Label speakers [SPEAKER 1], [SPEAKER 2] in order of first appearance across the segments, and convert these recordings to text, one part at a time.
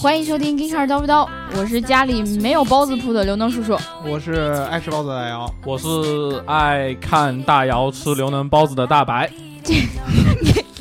[SPEAKER 1] 欢迎收听《g e e k a r 叨不叨》，我是家里没有包子铺的刘能叔叔。
[SPEAKER 2] 我是爱吃包子的大姚，
[SPEAKER 3] 我是爱看大姚吃刘能包子的大白，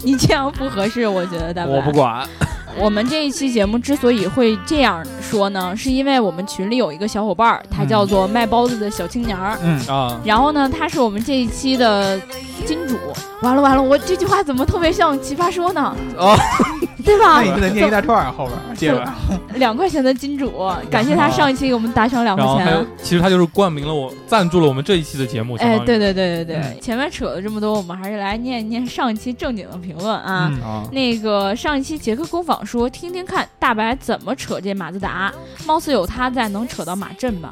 [SPEAKER 1] 你这样不合适，我觉得大白。
[SPEAKER 3] 我不管。
[SPEAKER 1] 我们这一期节目之所以会这样说呢，是因为我们群里有一个小伙伴儿，他叫做卖包子的小青年儿。
[SPEAKER 2] 嗯，
[SPEAKER 3] 啊，
[SPEAKER 1] 然后呢，他是我们这一期的金主。完了完了，我这句话怎么特别像奇葩说呢？
[SPEAKER 3] 哦，
[SPEAKER 1] 对吧
[SPEAKER 2] 那？你就得念一大串儿啊后边儿，接着
[SPEAKER 1] 两块钱的金主，感谢他上一期给我们打赏两
[SPEAKER 3] 然后
[SPEAKER 1] 块
[SPEAKER 3] 还有
[SPEAKER 1] 钱。，
[SPEAKER 3] 其实他就是冠名了我，赞助了我们这一期的节目。
[SPEAKER 1] 啊哎，对
[SPEAKER 3] 对，
[SPEAKER 1] 对对对对，前面扯了这么多，我们还是来念一念上一期正经的评论啊。
[SPEAKER 2] 嗯
[SPEAKER 3] 啊，
[SPEAKER 1] 那个上一期杰克工坊说，听听看大白怎么扯这马自达，貌似有他在能扯到马震吧？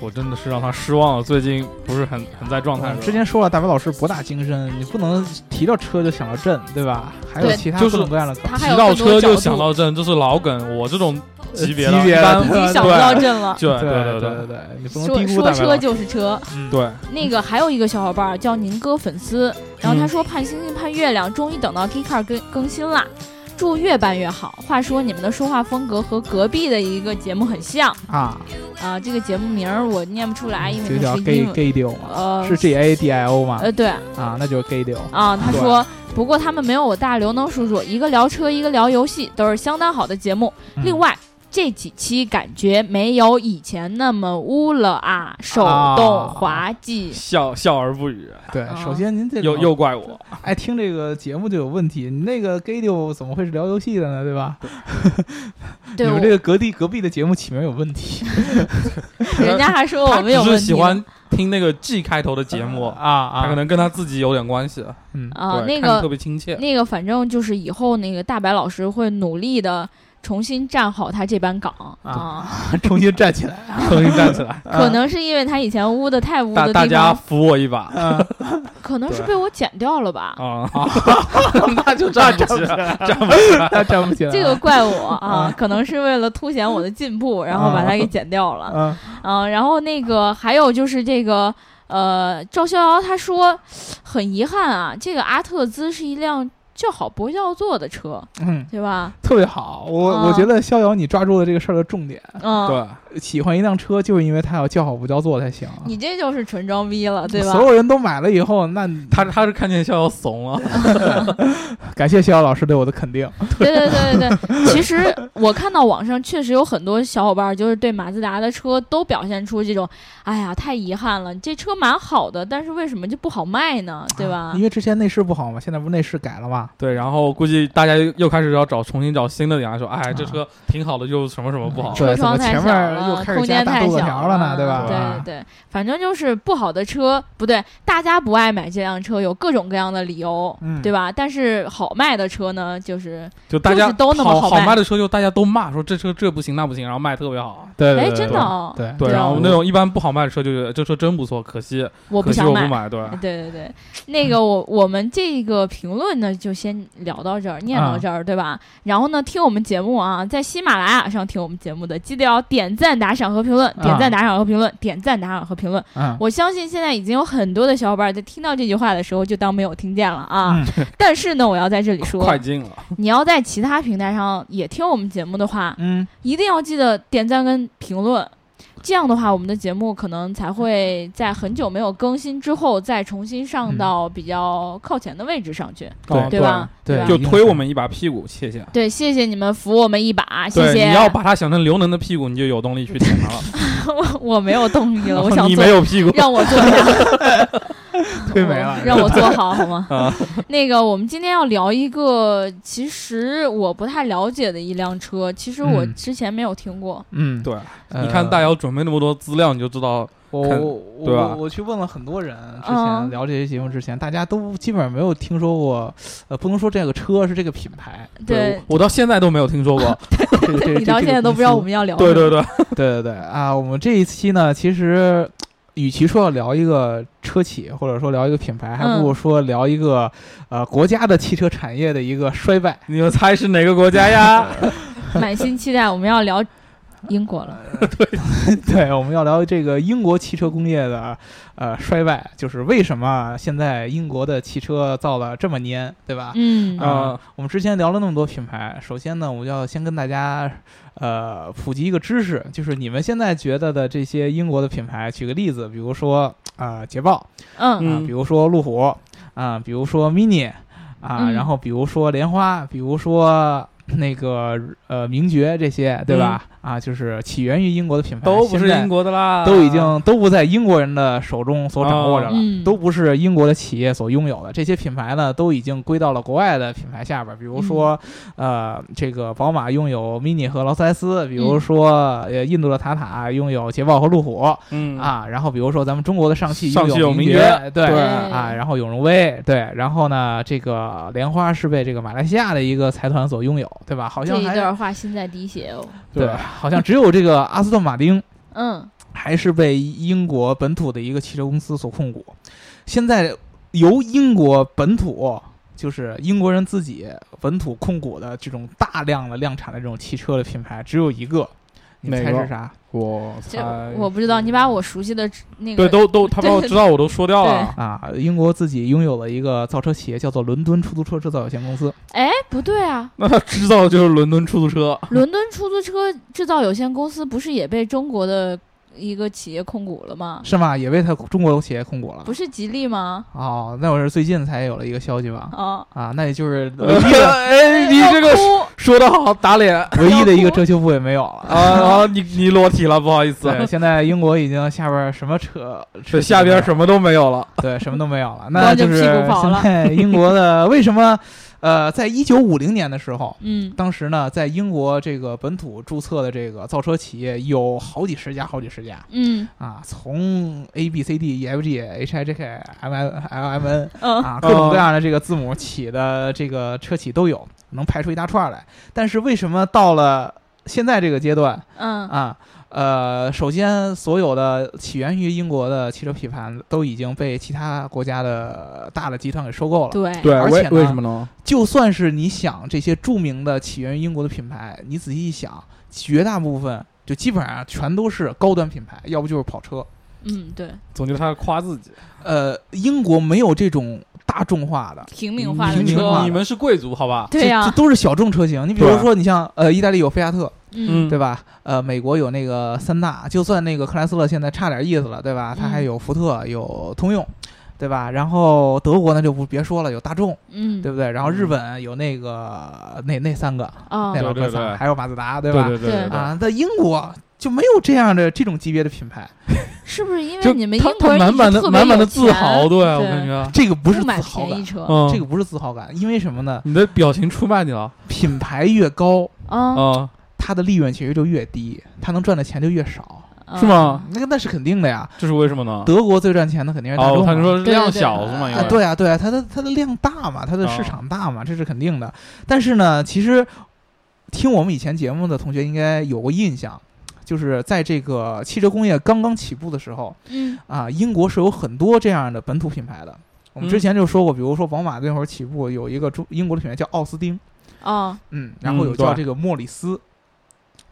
[SPEAKER 3] 我真的是让他失望了，最近不是很很在状
[SPEAKER 1] 哦
[SPEAKER 3] 态。
[SPEAKER 2] 嗯之前说了，大白老师博大精深，你不能提到车就想到震，对吧？还有
[SPEAKER 1] 对
[SPEAKER 2] 其他
[SPEAKER 3] 就是
[SPEAKER 2] 各种各样的梗。
[SPEAKER 1] 他
[SPEAKER 3] 提
[SPEAKER 1] 还有
[SPEAKER 3] 到
[SPEAKER 1] 更多
[SPEAKER 3] 车
[SPEAKER 1] 角
[SPEAKER 3] 就
[SPEAKER 1] 度
[SPEAKER 3] 想到这，这是老梗，我这种 级别
[SPEAKER 2] 级
[SPEAKER 3] 的，一
[SPEAKER 2] 别
[SPEAKER 3] 般
[SPEAKER 2] 的
[SPEAKER 1] 你想不
[SPEAKER 3] 呃对
[SPEAKER 1] 到震 了。
[SPEAKER 3] 对
[SPEAKER 2] 对对
[SPEAKER 3] 对对
[SPEAKER 2] 对，你不能
[SPEAKER 1] 说
[SPEAKER 2] 低估大
[SPEAKER 1] 说
[SPEAKER 2] 白
[SPEAKER 1] 车
[SPEAKER 2] 老师。
[SPEAKER 1] 就是车，
[SPEAKER 2] 嗯，
[SPEAKER 3] 对，
[SPEAKER 1] 那个还有一个小伙伴叫宁哥粉丝，然后他说盼星星盼月亮，终于等到 K Car 更更新啦，祝越办越好。话说你们的说话风格和隔壁的一个节目很像
[SPEAKER 2] 啊，
[SPEAKER 1] 啊、这个节目名儿我念不出来，因
[SPEAKER 2] 就
[SPEAKER 1] 为它
[SPEAKER 2] 叫
[SPEAKER 1] 哎是
[SPEAKER 2] gay
[SPEAKER 1] 英文。
[SPEAKER 2] gay 丢嘛，
[SPEAKER 1] 呃
[SPEAKER 2] 是 G A D I O 嘛，
[SPEAKER 1] 呃对，
[SPEAKER 2] 啊，那就是 gay 丢。
[SPEAKER 1] 啊，他
[SPEAKER 2] 对
[SPEAKER 1] 说，不过他们没有我大刘能叔叔，一个聊车，一个聊游戏，都是相当好的节目。
[SPEAKER 2] 嗯
[SPEAKER 1] 另外这几期感觉没有以前那么污了啊，手动滑稽。
[SPEAKER 3] 笑笑而不语，
[SPEAKER 2] 对
[SPEAKER 1] 啊，
[SPEAKER 2] 首先您这
[SPEAKER 3] 又
[SPEAKER 2] 种
[SPEAKER 3] 又怪我。
[SPEAKER 2] 爱听这个节目就有问题，你那个 gay 丢怎么会是聊游戏的呢？对吧？
[SPEAKER 1] 对，
[SPEAKER 2] 你
[SPEAKER 3] 啊
[SPEAKER 1] 我
[SPEAKER 2] 们这个隔壁隔壁的节目起名有问题
[SPEAKER 1] 人家还哦说我
[SPEAKER 3] 他
[SPEAKER 1] 们有
[SPEAKER 3] 只
[SPEAKER 1] 问题。
[SPEAKER 3] 是喜欢听那个 G 开头的节目，
[SPEAKER 2] 啊啊，
[SPEAKER 3] 他可能跟他自己有点关系。
[SPEAKER 2] 嗯
[SPEAKER 1] 啊，那
[SPEAKER 3] 对看着特
[SPEAKER 1] 个
[SPEAKER 3] 别亲切。
[SPEAKER 1] 那个，反正就是以后那个大白老师会努力的重新站好他这班岗
[SPEAKER 2] 啊
[SPEAKER 1] 啊。
[SPEAKER 2] 重新站起来，
[SPEAKER 3] 重新站起来，
[SPEAKER 1] 可能是因为他以前污的太污
[SPEAKER 3] 大
[SPEAKER 1] 的
[SPEAKER 3] 大
[SPEAKER 1] 地
[SPEAKER 3] 家
[SPEAKER 1] 方，
[SPEAKER 3] 扶我一把
[SPEAKER 2] 啊，
[SPEAKER 1] 可能是
[SPEAKER 3] 对
[SPEAKER 1] 被我剪掉了吧。
[SPEAKER 3] 啊！
[SPEAKER 2] 那就
[SPEAKER 3] 站不起
[SPEAKER 2] 起
[SPEAKER 3] 来
[SPEAKER 2] 来，站不起来，那站不 起来。
[SPEAKER 1] 这个怪我啊
[SPEAKER 2] 啊，
[SPEAKER 1] 可能是为了凸显我的进步，然后把它给剪掉了。
[SPEAKER 2] 嗯，
[SPEAKER 1] 嗯、然后那个还有就是这个呃，赵逍遥他说很遗憾啊，这个阿特兹是一辆叫好不叫座的车，
[SPEAKER 2] 嗯，
[SPEAKER 1] 对吧？
[SPEAKER 2] 特别好。我、
[SPEAKER 1] 啊
[SPEAKER 2] 我觉得逍遥，你抓住了这个事儿的重点。
[SPEAKER 1] 嗯，
[SPEAKER 3] 对，
[SPEAKER 2] 喜欢一辆车，就是因为它要叫好不叫座才行。
[SPEAKER 1] 你这就是纯装逼了，对吧
[SPEAKER 2] 所？有人都买了以后，那
[SPEAKER 3] 他他是看见逍遥怂了，
[SPEAKER 2] 感谢逍遥老师对我的肯定。
[SPEAKER 1] 对对对对对。其实我看到网上确实有很多小伙伴就是对马自达的车都表现出这种，哎呀，太遗憾了，这车蛮好的，但是为什么就不好卖呢？对吧？
[SPEAKER 2] 因为之前内饰不好嘛，现在不是内饰改了嘛。
[SPEAKER 3] 对，然后估计大家又又开始要找重新找新的点了，说哎这车挺好的，就什么什么不好，
[SPEAKER 1] 车
[SPEAKER 2] 对，怎么
[SPEAKER 1] 窗太
[SPEAKER 2] 前
[SPEAKER 1] 小
[SPEAKER 2] 面又
[SPEAKER 1] 了，
[SPEAKER 2] 开
[SPEAKER 1] 空
[SPEAKER 2] 始加
[SPEAKER 1] 间
[SPEAKER 2] 大
[SPEAKER 1] 太
[SPEAKER 2] 豆子
[SPEAKER 1] 小
[SPEAKER 2] 条了呢？对吧？啊
[SPEAKER 1] 对对对，反正就是不好的车，不对，大家不爱买这辆车，有各种各样的理由，
[SPEAKER 2] 嗯
[SPEAKER 1] 对吧？但是好卖的车呢，就是
[SPEAKER 3] 就大家
[SPEAKER 1] 就是都那么
[SPEAKER 3] 好
[SPEAKER 1] 好卖
[SPEAKER 3] 卖的车就大家都骂说这车这不行那不行，然后卖特别好。
[SPEAKER 2] 对对
[SPEAKER 1] 哎
[SPEAKER 2] 对
[SPEAKER 1] 真的哦
[SPEAKER 2] 对对
[SPEAKER 3] 对，
[SPEAKER 1] 对
[SPEAKER 3] 然后
[SPEAKER 1] 我
[SPEAKER 3] 那种一般不好卖的车就觉得哎这车真不错，可惜
[SPEAKER 1] 我
[SPEAKER 3] 可
[SPEAKER 1] 不
[SPEAKER 3] 惜
[SPEAKER 1] 想
[SPEAKER 3] 我
[SPEAKER 1] 买嗯
[SPEAKER 3] 不。买，对，
[SPEAKER 1] 对对对，那个我我们这个评论呢，就先聊到这儿，念
[SPEAKER 2] 啊
[SPEAKER 1] 到这儿，对吧？然后呢，听我们节目啊，在喜马拉雅上听我们节目的，记得要点赞、打赏和评
[SPEAKER 2] 啊
[SPEAKER 1] 论，点赞、打赏和评论，点赞、打赏和评论。
[SPEAKER 2] 嗯
[SPEAKER 1] 我相信现在已经有很多的小伙伴在听到这句话的时候，就当没有听见了啊。
[SPEAKER 2] 嗯
[SPEAKER 1] 但是呢，我要在这里说，
[SPEAKER 3] 快进了，
[SPEAKER 1] 你要在其他平台上也听我们节目的话，
[SPEAKER 2] 嗯，
[SPEAKER 1] 一定要记得点赞跟评论。这样的话，我们的节目可能才会在很久没有更新之后，再重新上到比较靠前的位置上去，
[SPEAKER 2] 对
[SPEAKER 3] 嗯哦
[SPEAKER 1] 对吧？
[SPEAKER 2] 对
[SPEAKER 1] 吧
[SPEAKER 3] 就推我们一把屁股，谢谢。
[SPEAKER 1] 对，谢谢你们扶我们一把，谢
[SPEAKER 3] 对，
[SPEAKER 1] 谢。
[SPEAKER 3] 你要把它想成刘能的屁股，你就有动力去舔它了。
[SPEAKER 1] 我没有动力了， 我想
[SPEAKER 3] 你
[SPEAKER 1] 做
[SPEAKER 3] 没有屁股，
[SPEAKER 1] 让我做好，
[SPEAKER 2] 推没 了啊
[SPEAKER 1] 让我做好好 吗？那个，我们今天要聊一个，其实我不太了解的一辆车，其实我
[SPEAKER 2] 嗯
[SPEAKER 1] 之前没有听过。
[SPEAKER 2] 嗯，
[SPEAKER 3] 对，
[SPEAKER 2] 呃
[SPEAKER 3] 你看大姚准备那么多资料，你就知道
[SPEAKER 2] 我
[SPEAKER 3] 看
[SPEAKER 2] 我
[SPEAKER 3] 对吧
[SPEAKER 2] 我我去问了很多人，之前
[SPEAKER 1] 嗯
[SPEAKER 2] 聊这些节目之前，大家都基本上没有听说过，呃，不能说这个车是这个品牌，
[SPEAKER 1] 对，
[SPEAKER 3] 我我到现在都没有听 说过。
[SPEAKER 2] 这个这个
[SPEAKER 1] 你到现在都不知道我，们要聊什么。
[SPEAKER 3] 对对对，
[SPEAKER 2] 这个公司 对对对啊，我们这一期呢，其实与其说要聊一个车企，或者说聊一个品牌，还
[SPEAKER 1] 嗯
[SPEAKER 2] 不如说聊一个呃国家的汽车产业的一个衰败。
[SPEAKER 3] 你们猜是哪个国家呀？
[SPEAKER 1] 满心期待我们要聊英国了，
[SPEAKER 2] 对，我们要聊这个英国汽车工业的呃衰败，就是为什么现在英国的汽车造了这么蔫，对吧？
[SPEAKER 1] 嗯
[SPEAKER 2] 啊、
[SPEAKER 3] 嗯
[SPEAKER 2] 我们之前聊了那么多品牌，首先呢，我们要先跟大家呃普及一个知识，就是你们现在觉得的这些英国的品牌，举个例子，比如说啊、捷豹啊、
[SPEAKER 1] 嗯
[SPEAKER 3] 嗯
[SPEAKER 2] 比如说路虎啊、比如说 Mini 啊、
[SPEAKER 1] 嗯
[SPEAKER 2] 然后比如说莲花，比如说。 那个呃，名爵这些对吧？啊，就是起源于英国的品牌，
[SPEAKER 3] 嗯都不是
[SPEAKER 2] 现在
[SPEAKER 3] 英国的啦，
[SPEAKER 2] 都已经都不在英国人的手中所掌握着了，
[SPEAKER 1] 哦嗯
[SPEAKER 2] 都不是英国的企业所拥有的。这些品牌呢，都已经归到了国外的品牌下边儿，比如说，
[SPEAKER 1] 嗯
[SPEAKER 2] 呃，这个宝马拥有 MINI 和劳斯莱斯，比如说，
[SPEAKER 1] 嗯
[SPEAKER 2] 呃，印度的塔塔拥有捷豹和路虎
[SPEAKER 3] 嗯，
[SPEAKER 2] 啊，然后比如说咱们中国的上汽
[SPEAKER 3] 上汽
[SPEAKER 2] 有
[SPEAKER 3] 有名
[SPEAKER 2] 爵，对。
[SPEAKER 3] 对
[SPEAKER 2] 啊，然后永荣威对，然后呢，这个莲花是被这个马来西亚的一个财团所拥有，对吧？好
[SPEAKER 1] 这
[SPEAKER 2] 像
[SPEAKER 1] 一
[SPEAKER 2] 还
[SPEAKER 1] 段话心在滴血哦，
[SPEAKER 2] 对，好像只有这个阿斯顿马丁
[SPEAKER 1] 嗯
[SPEAKER 2] 还是被英国本土的一个汽车公司所控股。现在由英国本土，就是英国人自己本土控股的这种大量的量产的这种汽车的品牌，只有一个。你们
[SPEAKER 4] 哪
[SPEAKER 2] 猜
[SPEAKER 4] 个
[SPEAKER 2] 是啥？
[SPEAKER 4] 我
[SPEAKER 1] 这
[SPEAKER 2] 啊
[SPEAKER 4] 猜
[SPEAKER 1] 我不知道，你把我熟悉的那
[SPEAKER 3] 对，
[SPEAKER 1] 个
[SPEAKER 3] 都都他把我知道我都说掉了，
[SPEAKER 2] 啊，英国自己拥有了一个造车企业，叫做伦敦出租车制造有限公司。
[SPEAKER 1] 哎不对啊，
[SPEAKER 3] 那他知道的就是伦敦出租车，
[SPEAKER 1] 伦敦出租车制造有限公司不是也被中国的一个企业控股了吗？
[SPEAKER 2] 是吗？也被他中国企业控股了
[SPEAKER 1] 不。是吉利吗？
[SPEAKER 2] 哦，那我是最近才有了一个消息吧？
[SPEAKER 1] 啊，
[SPEAKER 2] 啊，那也 就是唯一的
[SPEAKER 3] 哎，你这个
[SPEAKER 1] 要哭
[SPEAKER 3] 说的好，打 脸啊！
[SPEAKER 2] 唯一的一个遮羞布也没有了。
[SPEAKER 3] 啊，你你裸体了，不好意思，
[SPEAKER 2] 对，现在英国已经下边什么车，
[SPEAKER 3] 这下边什么都没 有了。
[SPEAKER 2] 对，什么都没有了，那
[SPEAKER 1] 光着
[SPEAKER 2] 就是
[SPEAKER 1] 屁股跑
[SPEAKER 2] 现
[SPEAKER 1] 了
[SPEAKER 2] 在英国的为什么？呃，在一九五零年的时候，
[SPEAKER 1] 嗯
[SPEAKER 2] 当时呢，在英国这个本土注册的这个造车企业有好几十家，好几十家
[SPEAKER 1] 嗯
[SPEAKER 2] 啊，从 A B C D E F G H I J K M I L M N
[SPEAKER 1] 嗯
[SPEAKER 2] 啊，各种各样的这个字母起的这个车企都有，能排出一大串来。但是为什么到了现在这个阶段，
[SPEAKER 1] 嗯
[SPEAKER 2] 啊，呃，首先所有的起源于英国的汽车品牌都已经被其他国家的大的集团给收购了。
[SPEAKER 1] 对
[SPEAKER 4] 对，
[SPEAKER 2] 哎而
[SPEAKER 4] 为
[SPEAKER 2] 且呢
[SPEAKER 4] 为什么呢？
[SPEAKER 2] 就算是你想这些著名的起源于英国的品牌，你仔细一想，绝大部分就基本上全都是高端品牌，要不就是跑车。
[SPEAKER 1] 嗯对，
[SPEAKER 3] 总结他夸自己，
[SPEAKER 2] 呃，英国没有这种大众化的。
[SPEAKER 1] 平民化的
[SPEAKER 2] 平民
[SPEAKER 1] 车
[SPEAKER 2] 化，
[SPEAKER 3] 你们是贵族好吧？
[SPEAKER 1] 对呀
[SPEAKER 2] 这，这都是小众车型。你比如
[SPEAKER 3] 对
[SPEAKER 2] 说，你像呃，意大利有菲亚特，
[SPEAKER 1] 嗯
[SPEAKER 2] 对吧？呃，美国有那个三大，就算那个克莱斯勒现在差点意思了，对吧？它还
[SPEAKER 1] 嗯
[SPEAKER 2] 有福特，有通用，对吧？然后德国呢就不别说了，有大众，
[SPEAKER 1] 嗯
[SPEAKER 2] 对不对？然后日本有那个那那三个，
[SPEAKER 1] 啊
[SPEAKER 2] 那老
[SPEAKER 3] 对
[SPEAKER 2] 哥
[SPEAKER 3] 对
[SPEAKER 2] 仨，
[SPEAKER 3] 对
[SPEAKER 2] 还有马自达，对
[SPEAKER 3] 对
[SPEAKER 2] 吧？
[SPEAKER 3] 对对
[SPEAKER 1] 对
[SPEAKER 2] 啊，在英国就没有这样的这种级别的品牌，
[SPEAKER 1] 啊是不是因
[SPEAKER 3] 就
[SPEAKER 1] 为你们
[SPEAKER 3] 他
[SPEAKER 1] 英国
[SPEAKER 3] 他
[SPEAKER 1] 人一
[SPEAKER 3] 满满
[SPEAKER 1] 直特
[SPEAKER 3] 的
[SPEAKER 1] 别
[SPEAKER 3] 满满的
[SPEAKER 1] 有
[SPEAKER 3] 自豪，
[SPEAKER 1] 钱
[SPEAKER 3] 对我
[SPEAKER 1] 对
[SPEAKER 3] 感觉，
[SPEAKER 2] 这个不是
[SPEAKER 1] 不买
[SPEAKER 2] 自豪
[SPEAKER 1] 便宜
[SPEAKER 2] 感。
[SPEAKER 1] 车
[SPEAKER 3] 嗯，
[SPEAKER 2] 这个不是自豪感，因为什么呢？
[SPEAKER 3] 你的表情出卖你了
[SPEAKER 2] 品牌越高，
[SPEAKER 1] 啊，
[SPEAKER 3] 啊！
[SPEAKER 2] 它的利润其实就越低，它能赚的钱就越少。
[SPEAKER 1] 嗯
[SPEAKER 3] 是吗？
[SPEAKER 2] 那个那是肯定的呀，
[SPEAKER 3] 这是为什么呢？
[SPEAKER 2] 德国最赚钱的肯定是大
[SPEAKER 3] 哦
[SPEAKER 2] 众，嘛。
[SPEAKER 3] 他说是
[SPEAKER 1] 对
[SPEAKER 3] 量
[SPEAKER 1] 对对
[SPEAKER 3] 小是吗？因
[SPEAKER 2] 啊，
[SPEAKER 3] 为
[SPEAKER 2] 对啊，对啊，它的它的量大嘛，它的市
[SPEAKER 3] 啊
[SPEAKER 2] 场大嘛，这是肯定的。但是呢，其实听我们以前节目的同学应该有过印象，就是在这个汽车工业刚刚起步的时候
[SPEAKER 1] 嗯
[SPEAKER 2] 啊，英国是有很多这样的本土品牌的。我们之
[SPEAKER 3] 嗯
[SPEAKER 2] 前就说过，比如说宝马那会儿起步有一个中英国的品牌叫奥斯汀，
[SPEAKER 1] 啊，
[SPEAKER 2] 嗯，然后
[SPEAKER 3] 嗯
[SPEAKER 2] 有叫
[SPEAKER 3] 对
[SPEAKER 2] 这个莫里斯，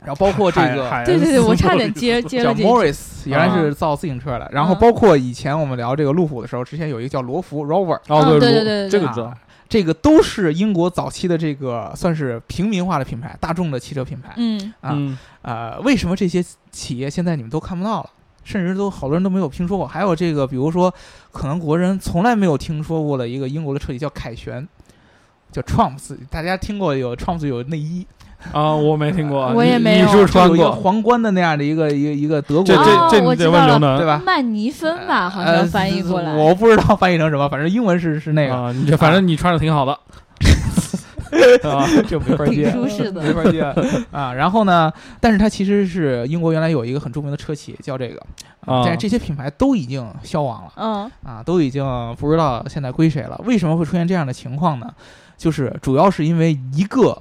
[SPEAKER 2] 然后包括这
[SPEAKER 3] 海
[SPEAKER 2] 个
[SPEAKER 3] 海嗯
[SPEAKER 1] 对对对，
[SPEAKER 3] 恩斯
[SPEAKER 1] 我差
[SPEAKER 3] 莫
[SPEAKER 1] 点
[SPEAKER 3] 里斯
[SPEAKER 1] 接接
[SPEAKER 2] 叫
[SPEAKER 1] 了这
[SPEAKER 2] Morris，原来
[SPEAKER 1] 啊
[SPEAKER 2] 是造自行车的。然后
[SPEAKER 1] 嗯
[SPEAKER 2] 包括以前我们聊这个路虎的时候，之前有一个叫罗孚 Rover，
[SPEAKER 3] 哦，
[SPEAKER 1] 嗯对
[SPEAKER 3] 如
[SPEAKER 1] 对对对
[SPEAKER 3] 这个
[SPEAKER 2] 啊
[SPEAKER 3] 知道，
[SPEAKER 2] 这个都是英国早期的这个算是平民化的品牌，大众的汽车品牌。
[SPEAKER 1] 嗯
[SPEAKER 2] 啊
[SPEAKER 3] 嗯，
[SPEAKER 2] 呃，为什么这些企业现在你们都看不到了？甚至都好多人都没有听说过。还有这个，比如说，可能国人从来没有听说过的一个英国的车企叫凯旋，叫 Trumps，大家听过有 Trumps 有内衣，
[SPEAKER 3] 啊，我没听过，
[SPEAKER 1] 我也
[SPEAKER 3] 你
[SPEAKER 1] 没
[SPEAKER 3] 你
[SPEAKER 1] 有
[SPEAKER 3] 是不是穿
[SPEAKER 2] 有一个
[SPEAKER 3] 过？
[SPEAKER 2] 皇冠的那样的一个一个一个德国
[SPEAKER 3] 这
[SPEAKER 2] 的
[SPEAKER 1] 哦
[SPEAKER 3] 这这
[SPEAKER 1] 我
[SPEAKER 3] 你
[SPEAKER 1] 知
[SPEAKER 3] 得
[SPEAKER 1] 道
[SPEAKER 3] 问
[SPEAKER 1] 了
[SPEAKER 3] 刘能
[SPEAKER 2] 对吧？
[SPEAKER 1] 曼尼芬吧，啊好
[SPEAKER 2] 呃
[SPEAKER 1] 像翻译过来，
[SPEAKER 2] 我不知道翻译成什么，反正英文是是那个，
[SPEAKER 3] 啊，你这反正你穿的挺好的，啊，
[SPEAKER 2] 这没法
[SPEAKER 1] 挺
[SPEAKER 2] 接。
[SPEAKER 1] 舒适的
[SPEAKER 2] 没法接啊。然后呢，但是它其实是英国原来有一个很著名的车企叫这个，
[SPEAKER 3] 啊
[SPEAKER 2] 但是这些品牌都已经消亡了
[SPEAKER 1] 嗯
[SPEAKER 2] 啊，都已经不知道现在归谁了。为什么会出现这样的情况呢？就是主要是因为一个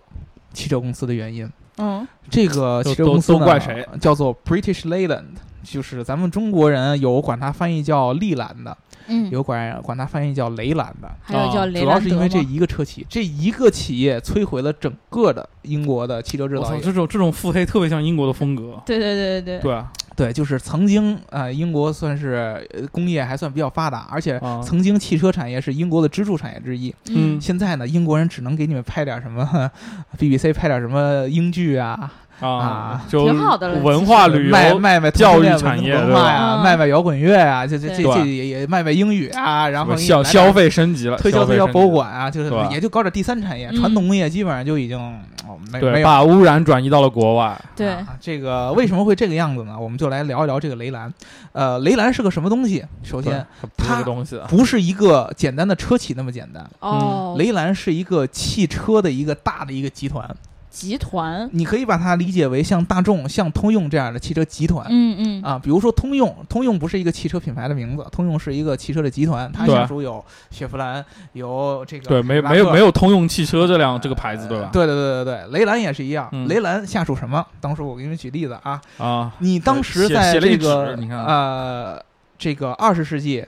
[SPEAKER 2] 汽车公司的原因。
[SPEAKER 1] 嗯
[SPEAKER 2] 这个
[SPEAKER 3] 都
[SPEAKER 2] 汽车公司呢
[SPEAKER 3] 都怪谁？
[SPEAKER 2] 叫做 British Leyland，就是咱们中国人有管它翻译叫利兰的。
[SPEAKER 1] 嗯，
[SPEAKER 2] 有管管它翻译叫雷兰的。
[SPEAKER 1] 还有叫
[SPEAKER 3] 啊
[SPEAKER 1] 雷
[SPEAKER 2] 主要
[SPEAKER 1] 兰
[SPEAKER 2] 是因为
[SPEAKER 1] 德
[SPEAKER 2] 这
[SPEAKER 1] 吗？
[SPEAKER 2] 一个车企，这一个企业摧毁了整个的英国的汽车制
[SPEAKER 3] 我
[SPEAKER 2] 造
[SPEAKER 3] 操，
[SPEAKER 2] 业。
[SPEAKER 3] 这种这种腹黑特别像英国的风格。
[SPEAKER 1] 对对对对对，
[SPEAKER 3] 对啊，
[SPEAKER 2] 对，就是曾经呃，英国算是呃工业还算比较发达，而且
[SPEAKER 3] 啊
[SPEAKER 2] 曾经汽车产业是英国的支柱产业之一。
[SPEAKER 3] 嗯
[SPEAKER 2] 现在呢，英国人只能给你们拍点什么 BBC 拍点什么英剧啊，啊
[SPEAKER 3] 啊，就
[SPEAKER 1] 挺好的了
[SPEAKER 3] 文化旅
[SPEAKER 2] 卖
[SPEAKER 3] 游，
[SPEAKER 2] 卖卖
[SPEAKER 3] 教
[SPEAKER 2] 同性
[SPEAKER 3] 育
[SPEAKER 2] 恋
[SPEAKER 3] 产
[SPEAKER 2] 文
[SPEAKER 3] 业
[SPEAKER 2] 文
[SPEAKER 3] 对
[SPEAKER 2] 化
[SPEAKER 3] 吧
[SPEAKER 2] 呀，
[SPEAKER 1] 嗯
[SPEAKER 2] 卖卖摇滚乐啊，这这这
[SPEAKER 1] 对
[SPEAKER 2] 这也也卖卖英语啊，然后
[SPEAKER 3] 消消。费升级了，
[SPEAKER 2] 推销
[SPEAKER 3] 消费
[SPEAKER 2] 推销
[SPEAKER 3] 升级
[SPEAKER 2] 博物馆啊，就是
[SPEAKER 3] 对吧
[SPEAKER 2] 也就搞点第三产业，
[SPEAKER 1] 嗯
[SPEAKER 2] 传统工业基本上就已经哦没没
[SPEAKER 3] 了，对，
[SPEAKER 2] 有
[SPEAKER 3] 把污染转移到了国外。
[SPEAKER 1] 对，
[SPEAKER 2] 啊，这个为什么会这个样子呢？我们就来聊一聊这个雷兰。呃，雷兰是个什么东西？首
[SPEAKER 3] 对
[SPEAKER 2] 先，，
[SPEAKER 3] 不是
[SPEAKER 2] 它
[SPEAKER 3] 个东西啊，
[SPEAKER 2] 不是一个简单的车企那么简单，
[SPEAKER 1] 哦，
[SPEAKER 2] 嗯雷兰是一个汽车的一个大的一个集团，
[SPEAKER 1] 集团，
[SPEAKER 2] 你可以把它理解为像大众、像通用这样的汽车集团。
[SPEAKER 1] 嗯嗯，
[SPEAKER 2] 啊，比如说通用，通用不是一个汽车品牌的名字，通用是一个汽车的集团，它
[SPEAKER 3] 对
[SPEAKER 2] 下属有雪佛兰，有这个
[SPEAKER 3] 对，没
[SPEAKER 2] 凯迪拉
[SPEAKER 3] 没有
[SPEAKER 2] 克
[SPEAKER 3] 没有通用汽车这辆这个牌子，对
[SPEAKER 2] 呃
[SPEAKER 3] 吧？
[SPEAKER 2] 对对对对对，雷兰也是一样，
[SPEAKER 3] 嗯
[SPEAKER 2] 雷兰下属什么？当时我给你们举例子啊，
[SPEAKER 3] 啊，
[SPEAKER 2] 你当时
[SPEAKER 3] 写
[SPEAKER 2] 在
[SPEAKER 3] 写了
[SPEAKER 2] 这
[SPEAKER 3] 一
[SPEAKER 2] 个
[SPEAKER 3] 纸你看
[SPEAKER 2] 呃这个二十世纪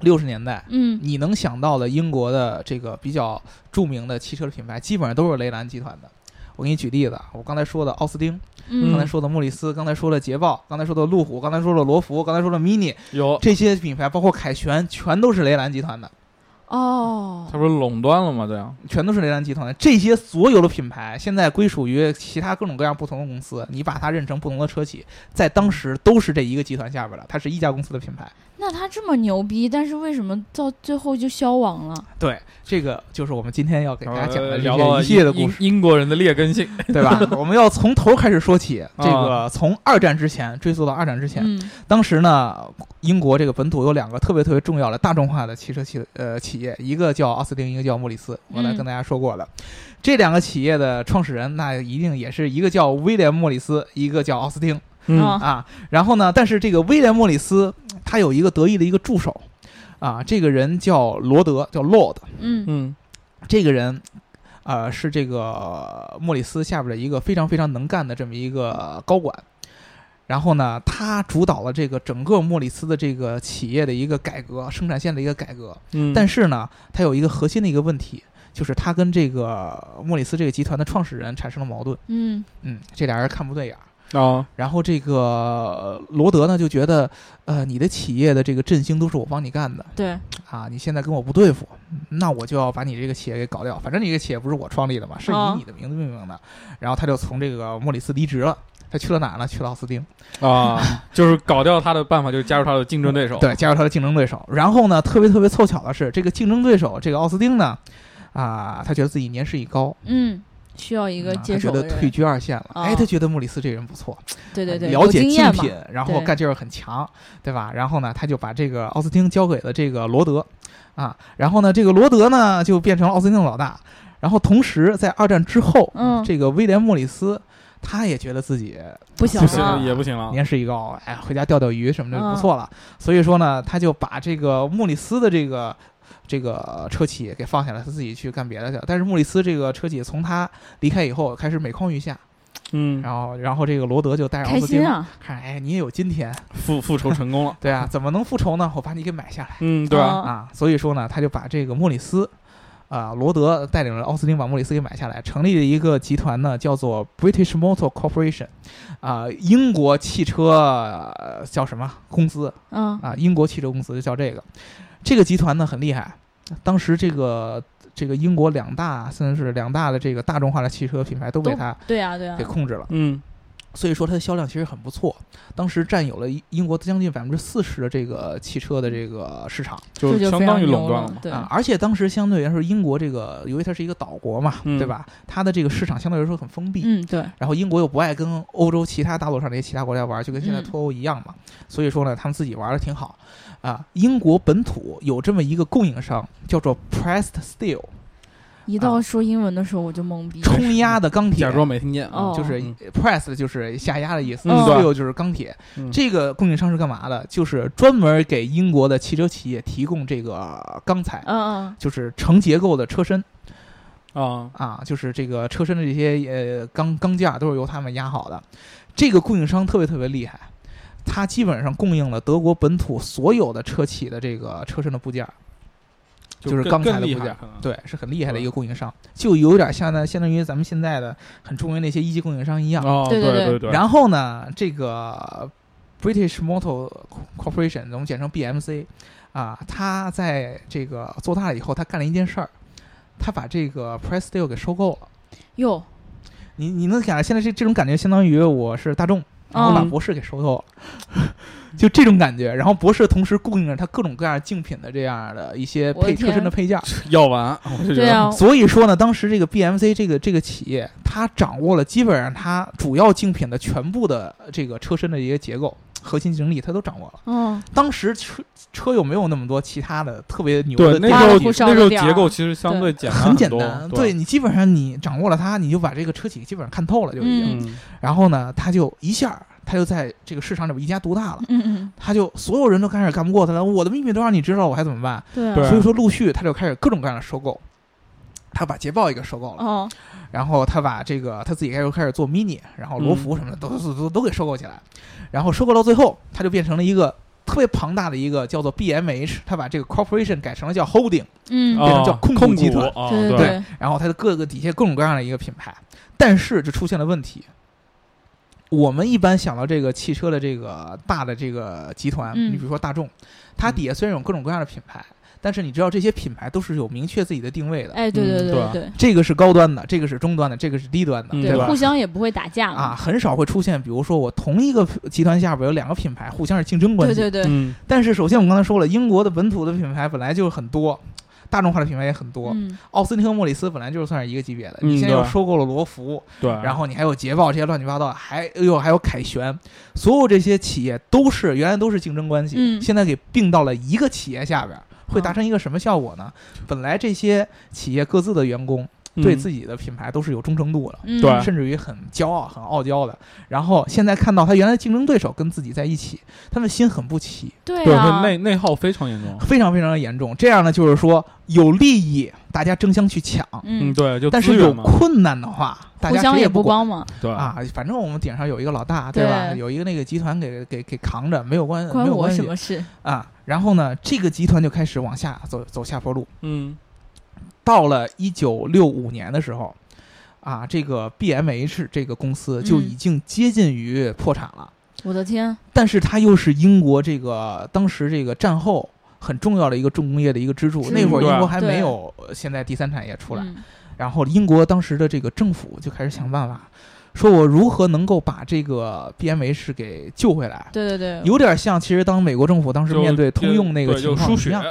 [SPEAKER 2] 六十年代，
[SPEAKER 1] 嗯，
[SPEAKER 2] 你能想到的英国的这个比较著名的汽车的品牌，基本上都是雷兰集团的。我给你举例子啊，我刚才说的奥斯汀，刚才
[SPEAKER 1] 嗯，
[SPEAKER 2] 说的莫里斯，刚才说了捷豹，刚才说的路虎，刚才说了罗孚，刚才说了 MINI，
[SPEAKER 3] 有，
[SPEAKER 2] 这些品牌包括凯旋，全都是雷兰集团的，
[SPEAKER 1] 哦
[SPEAKER 3] 它，不是垄断了吗？这样，
[SPEAKER 2] 全都是雷兰集团的。这些所有的品牌现在归属于其他各种各样不同的公司，你把它认成不同的车企，在当时都是这一个集团下边的，它是一家公司的品牌。
[SPEAKER 1] 那他这么牛逼，但是为什么到最后就消亡了？
[SPEAKER 2] 对，这个就是我们今天要给大家讲的这
[SPEAKER 3] 呃聊到
[SPEAKER 2] 些一系列的故
[SPEAKER 3] 英
[SPEAKER 2] 事。
[SPEAKER 3] 英国人的劣 根性，
[SPEAKER 2] 对吧？我们要从头开始说起，这个从二战之前追溯到二战之前，
[SPEAKER 1] 啊嗯
[SPEAKER 2] 当时呢，英国这个本土有两个特别特别重要的大众化的汽车企呃企业，一个叫奥斯汀，一个叫莫里斯，我来
[SPEAKER 1] 嗯
[SPEAKER 2] 跟大家说过了。这两个企业的创始人，那一定也是一个叫威廉·莫里斯，一个叫奥斯汀
[SPEAKER 1] 啊
[SPEAKER 3] 嗯，
[SPEAKER 2] 啊。然后呢，但是这个威廉·莫里斯他有一个得意的一个助手啊，这个人叫罗德，叫 Lord。
[SPEAKER 1] 嗯
[SPEAKER 3] 嗯，
[SPEAKER 2] 这个人，呃，是这个莫里斯下边的一个非常非常能干的这么一个高管。然后呢，他主导了这个整个莫里斯的这个企业的一个改革，生产线的一个改革。
[SPEAKER 3] 嗯，
[SPEAKER 2] 但是呢，他有一个核心的一个问题，就是他跟这个莫里斯这个集团的创始人产生了矛盾。
[SPEAKER 1] 嗯
[SPEAKER 2] 嗯，这俩人看不对眼儿。
[SPEAKER 3] 啊，
[SPEAKER 2] 然后这个呃罗德呢就觉得，呃，你的企业的这个振兴都是我帮你干的，
[SPEAKER 1] 对，
[SPEAKER 2] 啊，你现在跟我不对付，那我就要把你这个企业给搞掉。反正你这个企业不是我创立的嘛，是以
[SPEAKER 1] 哦
[SPEAKER 2] 你的名字命名的。然后他就从这个莫里斯离职了，他去了哪儿呢？去了奥斯汀，
[SPEAKER 3] 啊， 就是搞掉他的办法就是加入他的竞争对手。，
[SPEAKER 2] 对，加入他的竞争对手。然后呢，特别特别凑巧的是，这个竞争对手这个奥斯汀呢，啊，他觉得自己年事已高，
[SPEAKER 1] 嗯，需要一
[SPEAKER 2] 一
[SPEAKER 1] 个接
[SPEAKER 2] 他觉
[SPEAKER 1] 手
[SPEAKER 2] 得
[SPEAKER 1] 的
[SPEAKER 2] 退
[SPEAKER 1] 人，
[SPEAKER 2] 居二线了。哎，
[SPEAKER 1] 哦
[SPEAKER 2] 他觉得莫里斯这人不错，
[SPEAKER 1] 对对对，
[SPEAKER 2] 了
[SPEAKER 1] 有
[SPEAKER 2] 解
[SPEAKER 1] 经
[SPEAKER 2] 竞
[SPEAKER 1] 验嘛
[SPEAKER 2] 品，然后
[SPEAKER 1] 对
[SPEAKER 2] 干这事儿很强，对吧？然后呢，他就把这个奥斯汀交给了这个罗德，啊，然后呢，这个罗德呢就变成了奥斯汀的老大。然后同时，在二战之后，
[SPEAKER 1] 嗯
[SPEAKER 2] 这个威廉·莫里斯他也觉得自己
[SPEAKER 1] 不行啊
[SPEAKER 3] 不行
[SPEAKER 1] 了，
[SPEAKER 3] 也不行了。
[SPEAKER 2] 年事已高，哎，回家钓钓鱼什么的就
[SPEAKER 1] 嗯
[SPEAKER 2] 不错了。所以说呢，他就把这个莫里斯的这个这个车企给放下来，他自己去干别的去了。但是莫里斯这个车企从他离开以后开始每况愈下，
[SPEAKER 3] 嗯，
[SPEAKER 2] 然后然后这个罗德就带着奥
[SPEAKER 1] 开
[SPEAKER 2] 斯汀
[SPEAKER 1] 心啊，
[SPEAKER 2] 看，哎，你也有今天，
[SPEAKER 3] 复复仇成功了。
[SPEAKER 2] 对啊，怎么能复仇呢？我把你给买下来
[SPEAKER 3] 嗯，对吧？
[SPEAKER 1] 哦
[SPEAKER 2] 啊！所以说呢，他就把这个莫里斯，啊、罗德带领了奥斯汀把莫里斯给买下来，成立了一个集团呢，叫做 British Motor Corporation，啊、英国汽车、呃叫什么公司
[SPEAKER 1] 嗯
[SPEAKER 2] 啊、英国汽车公司就叫这个。这个集团呢很厉害，当时这个这个英国两大算是两大的这个大众化的汽车品牌都被
[SPEAKER 1] 都啊
[SPEAKER 2] 他
[SPEAKER 1] 对呀对呀
[SPEAKER 2] 给，控制了。
[SPEAKER 3] 嗯，
[SPEAKER 2] 所以说它的销量其实很不错，当时占有了英英国将近百分之四十的这个汽车的这个市场
[SPEAKER 1] 这
[SPEAKER 3] 就
[SPEAKER 1] 就
[SPEAKER 3] 相
[SPEAKER 1] 非
[SPEAKER 3] 当
[SPEAKER 1] 常
[SPEAKER 3] 于
[SPEAKER 1] 牛
[SPEAKER 3] 垄断
[SPEAKER 1] 了
[SPEAKER 3] 嘛。
[SPEAKER 1] 对，
[SPEAKER 2] 啊，而且当时相对来说，英国这个由于它是一个岛国嘛，
[SPEAKER 3] 嗯
[SPEAKER 2] 对吧？它的这个市场相对来说很封闭，
[SPEAKER 1] 嗯对，
[SPEAKER 2] 然后英国又不爱跟欧洲其他大陆上这些其他国家玩，就跟现在
[SPEAKER 1] 嗯
[SPEAKER 2] 脱欧一样嘛。所以说呢，他们自己玩的挺好啊。英国本土有这么一个供应商，叫做 Pressed Steel，
[SPEAKER 1] 一到说英文的时候我就懵逼，
[SPEAKER 2] 冲压的钢铁，
[SPEAKER 3] 假装没听见
[SPEAKER 1] 哦
[SPEAKER 3] 啊，
[SPEAKER 2] 就是
[SPEAKER 3] 嗯
[SPEAKER 2] press 就是下压的意思
[SPEAKER 3] 嗯
[SPEAKER 2] ，steel 就是钢铁
[SPEAKER 3] 嗯。
[SPEAKER 2] 这个供应商是干嘛的？就是专门给英国的汽车企业提供这个钢材，
[SPEAKER 1] 嗯嗯
[SPEAKER 2] 就是成结构的车身
[SPEAKER 3] 啊，
[SPEAKER 2] 啊，就是这个车身的这些呃钢钢架都是由他们压好的。这个供应商特别特别厉害，它基本上供应了德国本土所有的车企的这个车身的部件儿，就是
[SPEAKER 3] 更
[SPEAKER 2] 钢材
[SPEAKER 3] 更
[SPEAKER 2] 的
[SPEAKER 3] 厉
[SPEAKER 2] 部
[SPEAKER 3] 害
[SPEAKER 2] 件
[SPEAKER 3] 可能
[SPEAKER 2] 对，是很厉害的一个供应商，就有点像呢，相当于咱们现在的很著名的一些一级供应商一样。
[SPEAKER 3] 哦，
[SPEAKER 1] 对对
[SPEAKER 3] 对
[SPEAKER 1] 对
[SPEAKER 3] 对，
[SPEAKER 2] 然后呢，这个 British Motor Corporation，我们简称 BMC，啊，他在这个做大了以后，他干了一件事儿，他把这个 Press Deal 给收购了。
[SPEAKER 1] 哟，
[SPEAKER 2] 你你能感现在这这种感觉，相当于我是大众，然后把
[SPEAKER 1] 嗯
[SPEAKER 2] 博士给收购了， 就这种感觉。然后博士同时供应着他各种各样竞品的这样的一些
[SPEAKER 1] 我的
[SPEAKER 2] 配车身
[SPEAKER 1] 天
[SPEAKER 2] 的配件儿。
[SPEAKER 3] 药丸，我就觉
[SPEAKER 1] 对
[SPEAKER 3] 得
[SPEAKER 1] 啊，
[SPEAKER 2] 所以说呢，当时这个 BMC 这个这个企业，它掌握了基本上它主要竞品的全部的这个车身的一些结构、核心竞争力，它都掌握了。
[SPEAKER 1] 嗯，
[SPEAKER 2] 当时车车又没有那么多其他的特别牛
[SPEAKER 3] 对
[SPEAKER 2] 的地
[SPEAKER 3] 那
[SPEAKER 2] 方，
[SPEAKER 1] 花
[SPEAKER 3] 时候
[SPEAKER 1] 里胡哨
[SPEAKER 3] 那时
[SPEAKER 1] 的
[SPEAKER 3] 候
[SPEAKER 1] 点儿
[SPEAKER 3] 结构其实相对简单
[SPEAKER 2] 很简
[SPEAKER 3] 多
[SPEAKER 2] 单。
[SPEAKER 3] 对，
[SPEAKER 2] 你基本上你掌握了它，你就把这个车企基本上看透了，就已经。
[SPEAKER 1] 嗯
[SPEAKER 3] 嗯，
[SPEAKER 2] 然后呢，它就一下儿，它就在这个市场里边一家独大了。
[SPEAKER 1] 嗯嗯，
[SPEAKER 2] 他就所有人都开始干不过他了，我的秘密都让你知道，我还怎么办？
[SPEAKER 1] 对啊，
[SPEAKER 3] 对
[SPEAKER 2] 所以说，陆续他就开始各种各样的收购，他把捷豹也给收购了，
[SPEAKER 1] 哦，
[SPEAKER 2] 然后他把这个他自己开始开始做 mini，然后
[SPEAKER 1] 嗯
[SPEAKER 2] 罗孚什么的都、都都都给收购起来，然后收购到最后，他就变成了一个特别庞大的一个叫做 BMH，他把这个 corporation 改成了叫 holding，
[SPEAKER 1] 嗯，
[SPEAKER 2] 变成叫
[SPEAKER 3] 哦
[SPEAKER 2] 控股
[SPEAKER 3] 控
[SPEAKER 2] 集团
[SPEAKER 3] 啊
[SPEAKER 1] 对
[SPEAKER 3] 对，
[SPEAKER 1] 对，
[SPEAKER 2] 然后他的各个底下各种各样的一个品牌，但是就出现了问题。我们一般想到这个汽车的这个大的这个集团，
[SPEAKER 1] 嗯
[SPEAKER 2] 你比如说大众，它底下虽然有各种各样的品牌，但是你知道这些品牌都是有明确自己的定位的，
[SPEAKER 1] 哎，对
[SPEAKER 3] 嗯
[SPEAKER 1] 对
[SPEAKER 3] 对啊
[SPEAKER 1] 对
[SPEAKER 2] 这个是高端的，这个是中端的，这个是低端的，
[SPEAKER 3] 嗯
[SPEAKER 1] 对
[SPEAKER 3] 对
[SPEAKER 2] 吧
[SPEAKER 1] 互？相也不会打架
[SPEAKER 2] 啊，
[SPEAKER 1] 嘛，
[SPEAKER 2] 很少会出现，比如说我同一个集团下边有两个品牌互相是竞争关
[SPEAKER 1] 对
[SPEAKER 2] 系，
[SPEAKER 1] 对对，
[SPEAKER 3] 嗯，
[SPEAKER 2] 但是首先我们刚才说了，英国的本土的品牌本来就很多，大众化的品牌也很多，
[SPEAKER 1] 嗯，
[SPEAKER 2] 奥斯汀和莫里斯本来就是算是一个级别的，
[SPEAKER 3] 嗯
[SPEAKER 2] 你现在又
[SPEAKER 3] 对啊
[SPEAKER 2] 收购了罗孚，
[SPEAKER 3] 对，
[SPEAKER 2] 然后你还有捷豹这些乱七八糟，还哎呦还有凯旋，所有这些企业都是原来都是竞争关系，
[SPEAKER 1] 嗯哦
[SPEAKER 2] 现在给并到了一个企业下边儿，会达成一个什么效果呢？本来这些企业各自的员工对自
[SPEAKER 3] 己
[SPEAKER 2] 己的品牌都是有忠诚度的。
[SPEAKER 1] 嗯
[SPEAKER 3] 对
[SPEAKER 2] 甚至于很骄傲、很傲娇的，然后现在看到他原来竞争对手跟自己在一起，他们心很不齐，
[SPEAKER 1] 对
[SPEAKER 3] 对
[SPEAKER 1] 啊
[SPEAKER 3] 会，内内耗非常严重，
[SPEAKER 2] 非常非常的严重。这样呢，就是说有利益，大家争相去抢，
[SPEAKER 3] 嗯，
[SPEAKER 1] 嗯，
[SPEAKER 3] 对，就
[SPEAKER 2] 但是
[SPEAKER 3] 资源
[SPEAKER 2] 有
[SPEAKER 3] 嘛
[SPEAKER 2] 困难的话，大
[SPEAKER 1] 互
[SPEAKER 2] 家
[SPEAKER 1] 相
[SPEAKER 2] 谁也
[SPEAKER 1] 不
[SPEAKER 2] 管
[SPEAKER 1] 帮忙，
[SPEAKER 3] 对，
[SPEAKER 2] 啊。反正我们顶上有一个老大，对吧？
[SPEAKER 1] 对
[SPEAKER 2] 有一个那个集团给给给扛着，没有关
[SPEAKER 1] 关
[SPEAKER 2] 嗯没有
[SPEAKER 1] 我
[SPEAKER 2] 关
[SPEAKER 1] 什
[SPEAKER 2] 系
[SPEAKER 1] 么事？
[SPEAKER 2] 啊。然后呢，这个集团就开始往下走走下坡路。
[SPEAKER 3] 嗯，
[SPEAKER 2] 到了一九六五年的时候，啊，这个 BMH 这个公司就
[SPEAKER 1] 嗯
[SPEAKER 2] 已经接近于破产了，
[SPEAKER 1] 我的天，
[SPEAKER 2] 但是它又是英国这个当时这个战后。很重要的一个重工业的一个支柱，
[SPEAKER 1] 支
[SPEAKER 2] 那会儿
[SPEAKER 3] 柱啊
[SPEAKER 2] 英国还
[SPEAKER 1] 对
[SPEAKER 2] 没有呃现在第三产业出来，
[SPEAKER 1] 嗯
[SPEAKER 2] 然后英国当时的这个政府就开始想办法，说我如何能够把这个 BMH 给救回来。
[SPEAKER 1] 对对对，
[SPEAKER 2] 有点像，其实当美国政府当时
[SPEAKER 3] 就
[SPEAKER 2] 面对通用那个
[SPEAKER 3] 对
[SPEAKER 2] 情
[SPEAKER 3] 就
[SPEAKER 2] 况
[SPEAKER 3] 输
[SPEAKER 2] 一
[SPEAKER 3] 血
[SPEAKER 2] 样，，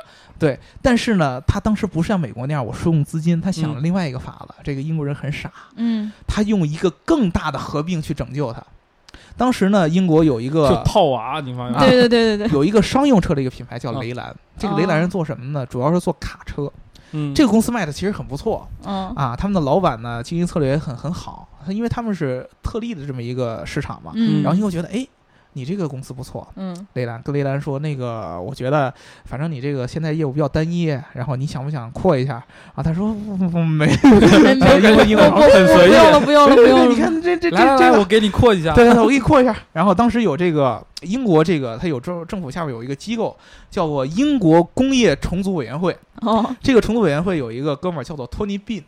[SPEAKER 2] 但是呢，他当时不是像美国那样我输用资金，他想了
[SPEAKER 3] 嗯
[SPEAKER 2] 另外一个法子。这个英国人很傻，
[SPEAKER 1] 嗯，
[SPEAKER 2] 他用一个更大的合并去拯救他。当时呢，英国有一
[SPEAKER 3] 就
[SPEAKER 2] 个
[SPEAKER 3] 套娃，啊你发现
[SPEAKER 2] 啊
[SPEAKER 1] 对对对 对对，
[SPEAKER 2] 有一个商用车的一个品牌叫
[SPEAKER 1] 嗯
[SPEAKER 3] 啊
[SPEAKER 2] 雷兰，这个雷
[SPEAKER 1] 哦
[SPEAKER 2] 兰是做什么呢？主要是做卡车。
[SPEAKER 3] 嗯，
[SPEAKER 2] 这个公司卖的其实很不错，
[SPEAKER 1] 嗯
[SPEAKER 2] 啊，他们的老板呢经营策略也很很好，因为他们是特例的这么一个市场嘛。
[SPEAKER 1] 嗯，
[SPEAKER 2] 然后又觉得，哎，你这个公司不错，
[SPEAKER 1] 嗯
[SPEAKER 2] 雷兰跟雷兰说，那个我觉得反正你这个现在业务比较单一，然后你想不想扩一下啊？他说不不不 没，
[SPEAKER 1] 没没
[SPEAKER 2] 英文英文
[SPEAKER 1] 我我
[SPEAKER 3] 很
[SPEAKER 1] 我
[SPEAKER 3] 随
[SPEAKER 1] 不
[SPEAKER 3] 意
[SPEAKER 1] 用了，不用了，不用 了。
[SPEAKER 2] 你看这这这
[SPEAKER 3] 来来
[SPEAKER 2] 这
[SPEAKER 3] 来，
[SPEAKER 2] 个
[SPEAKER 3] 我。给你扩一下，
[SPEAKER 2] 对对对，我给你扩一下。啊 然后当时有这个英国这个，它有政政府下面有一个机构，叫做英国工业重组委员会。
[SPEAKER 1] 哦，
[SPEAKER 2] 这个重组委员会有一个哥们儿叫做托尼·宾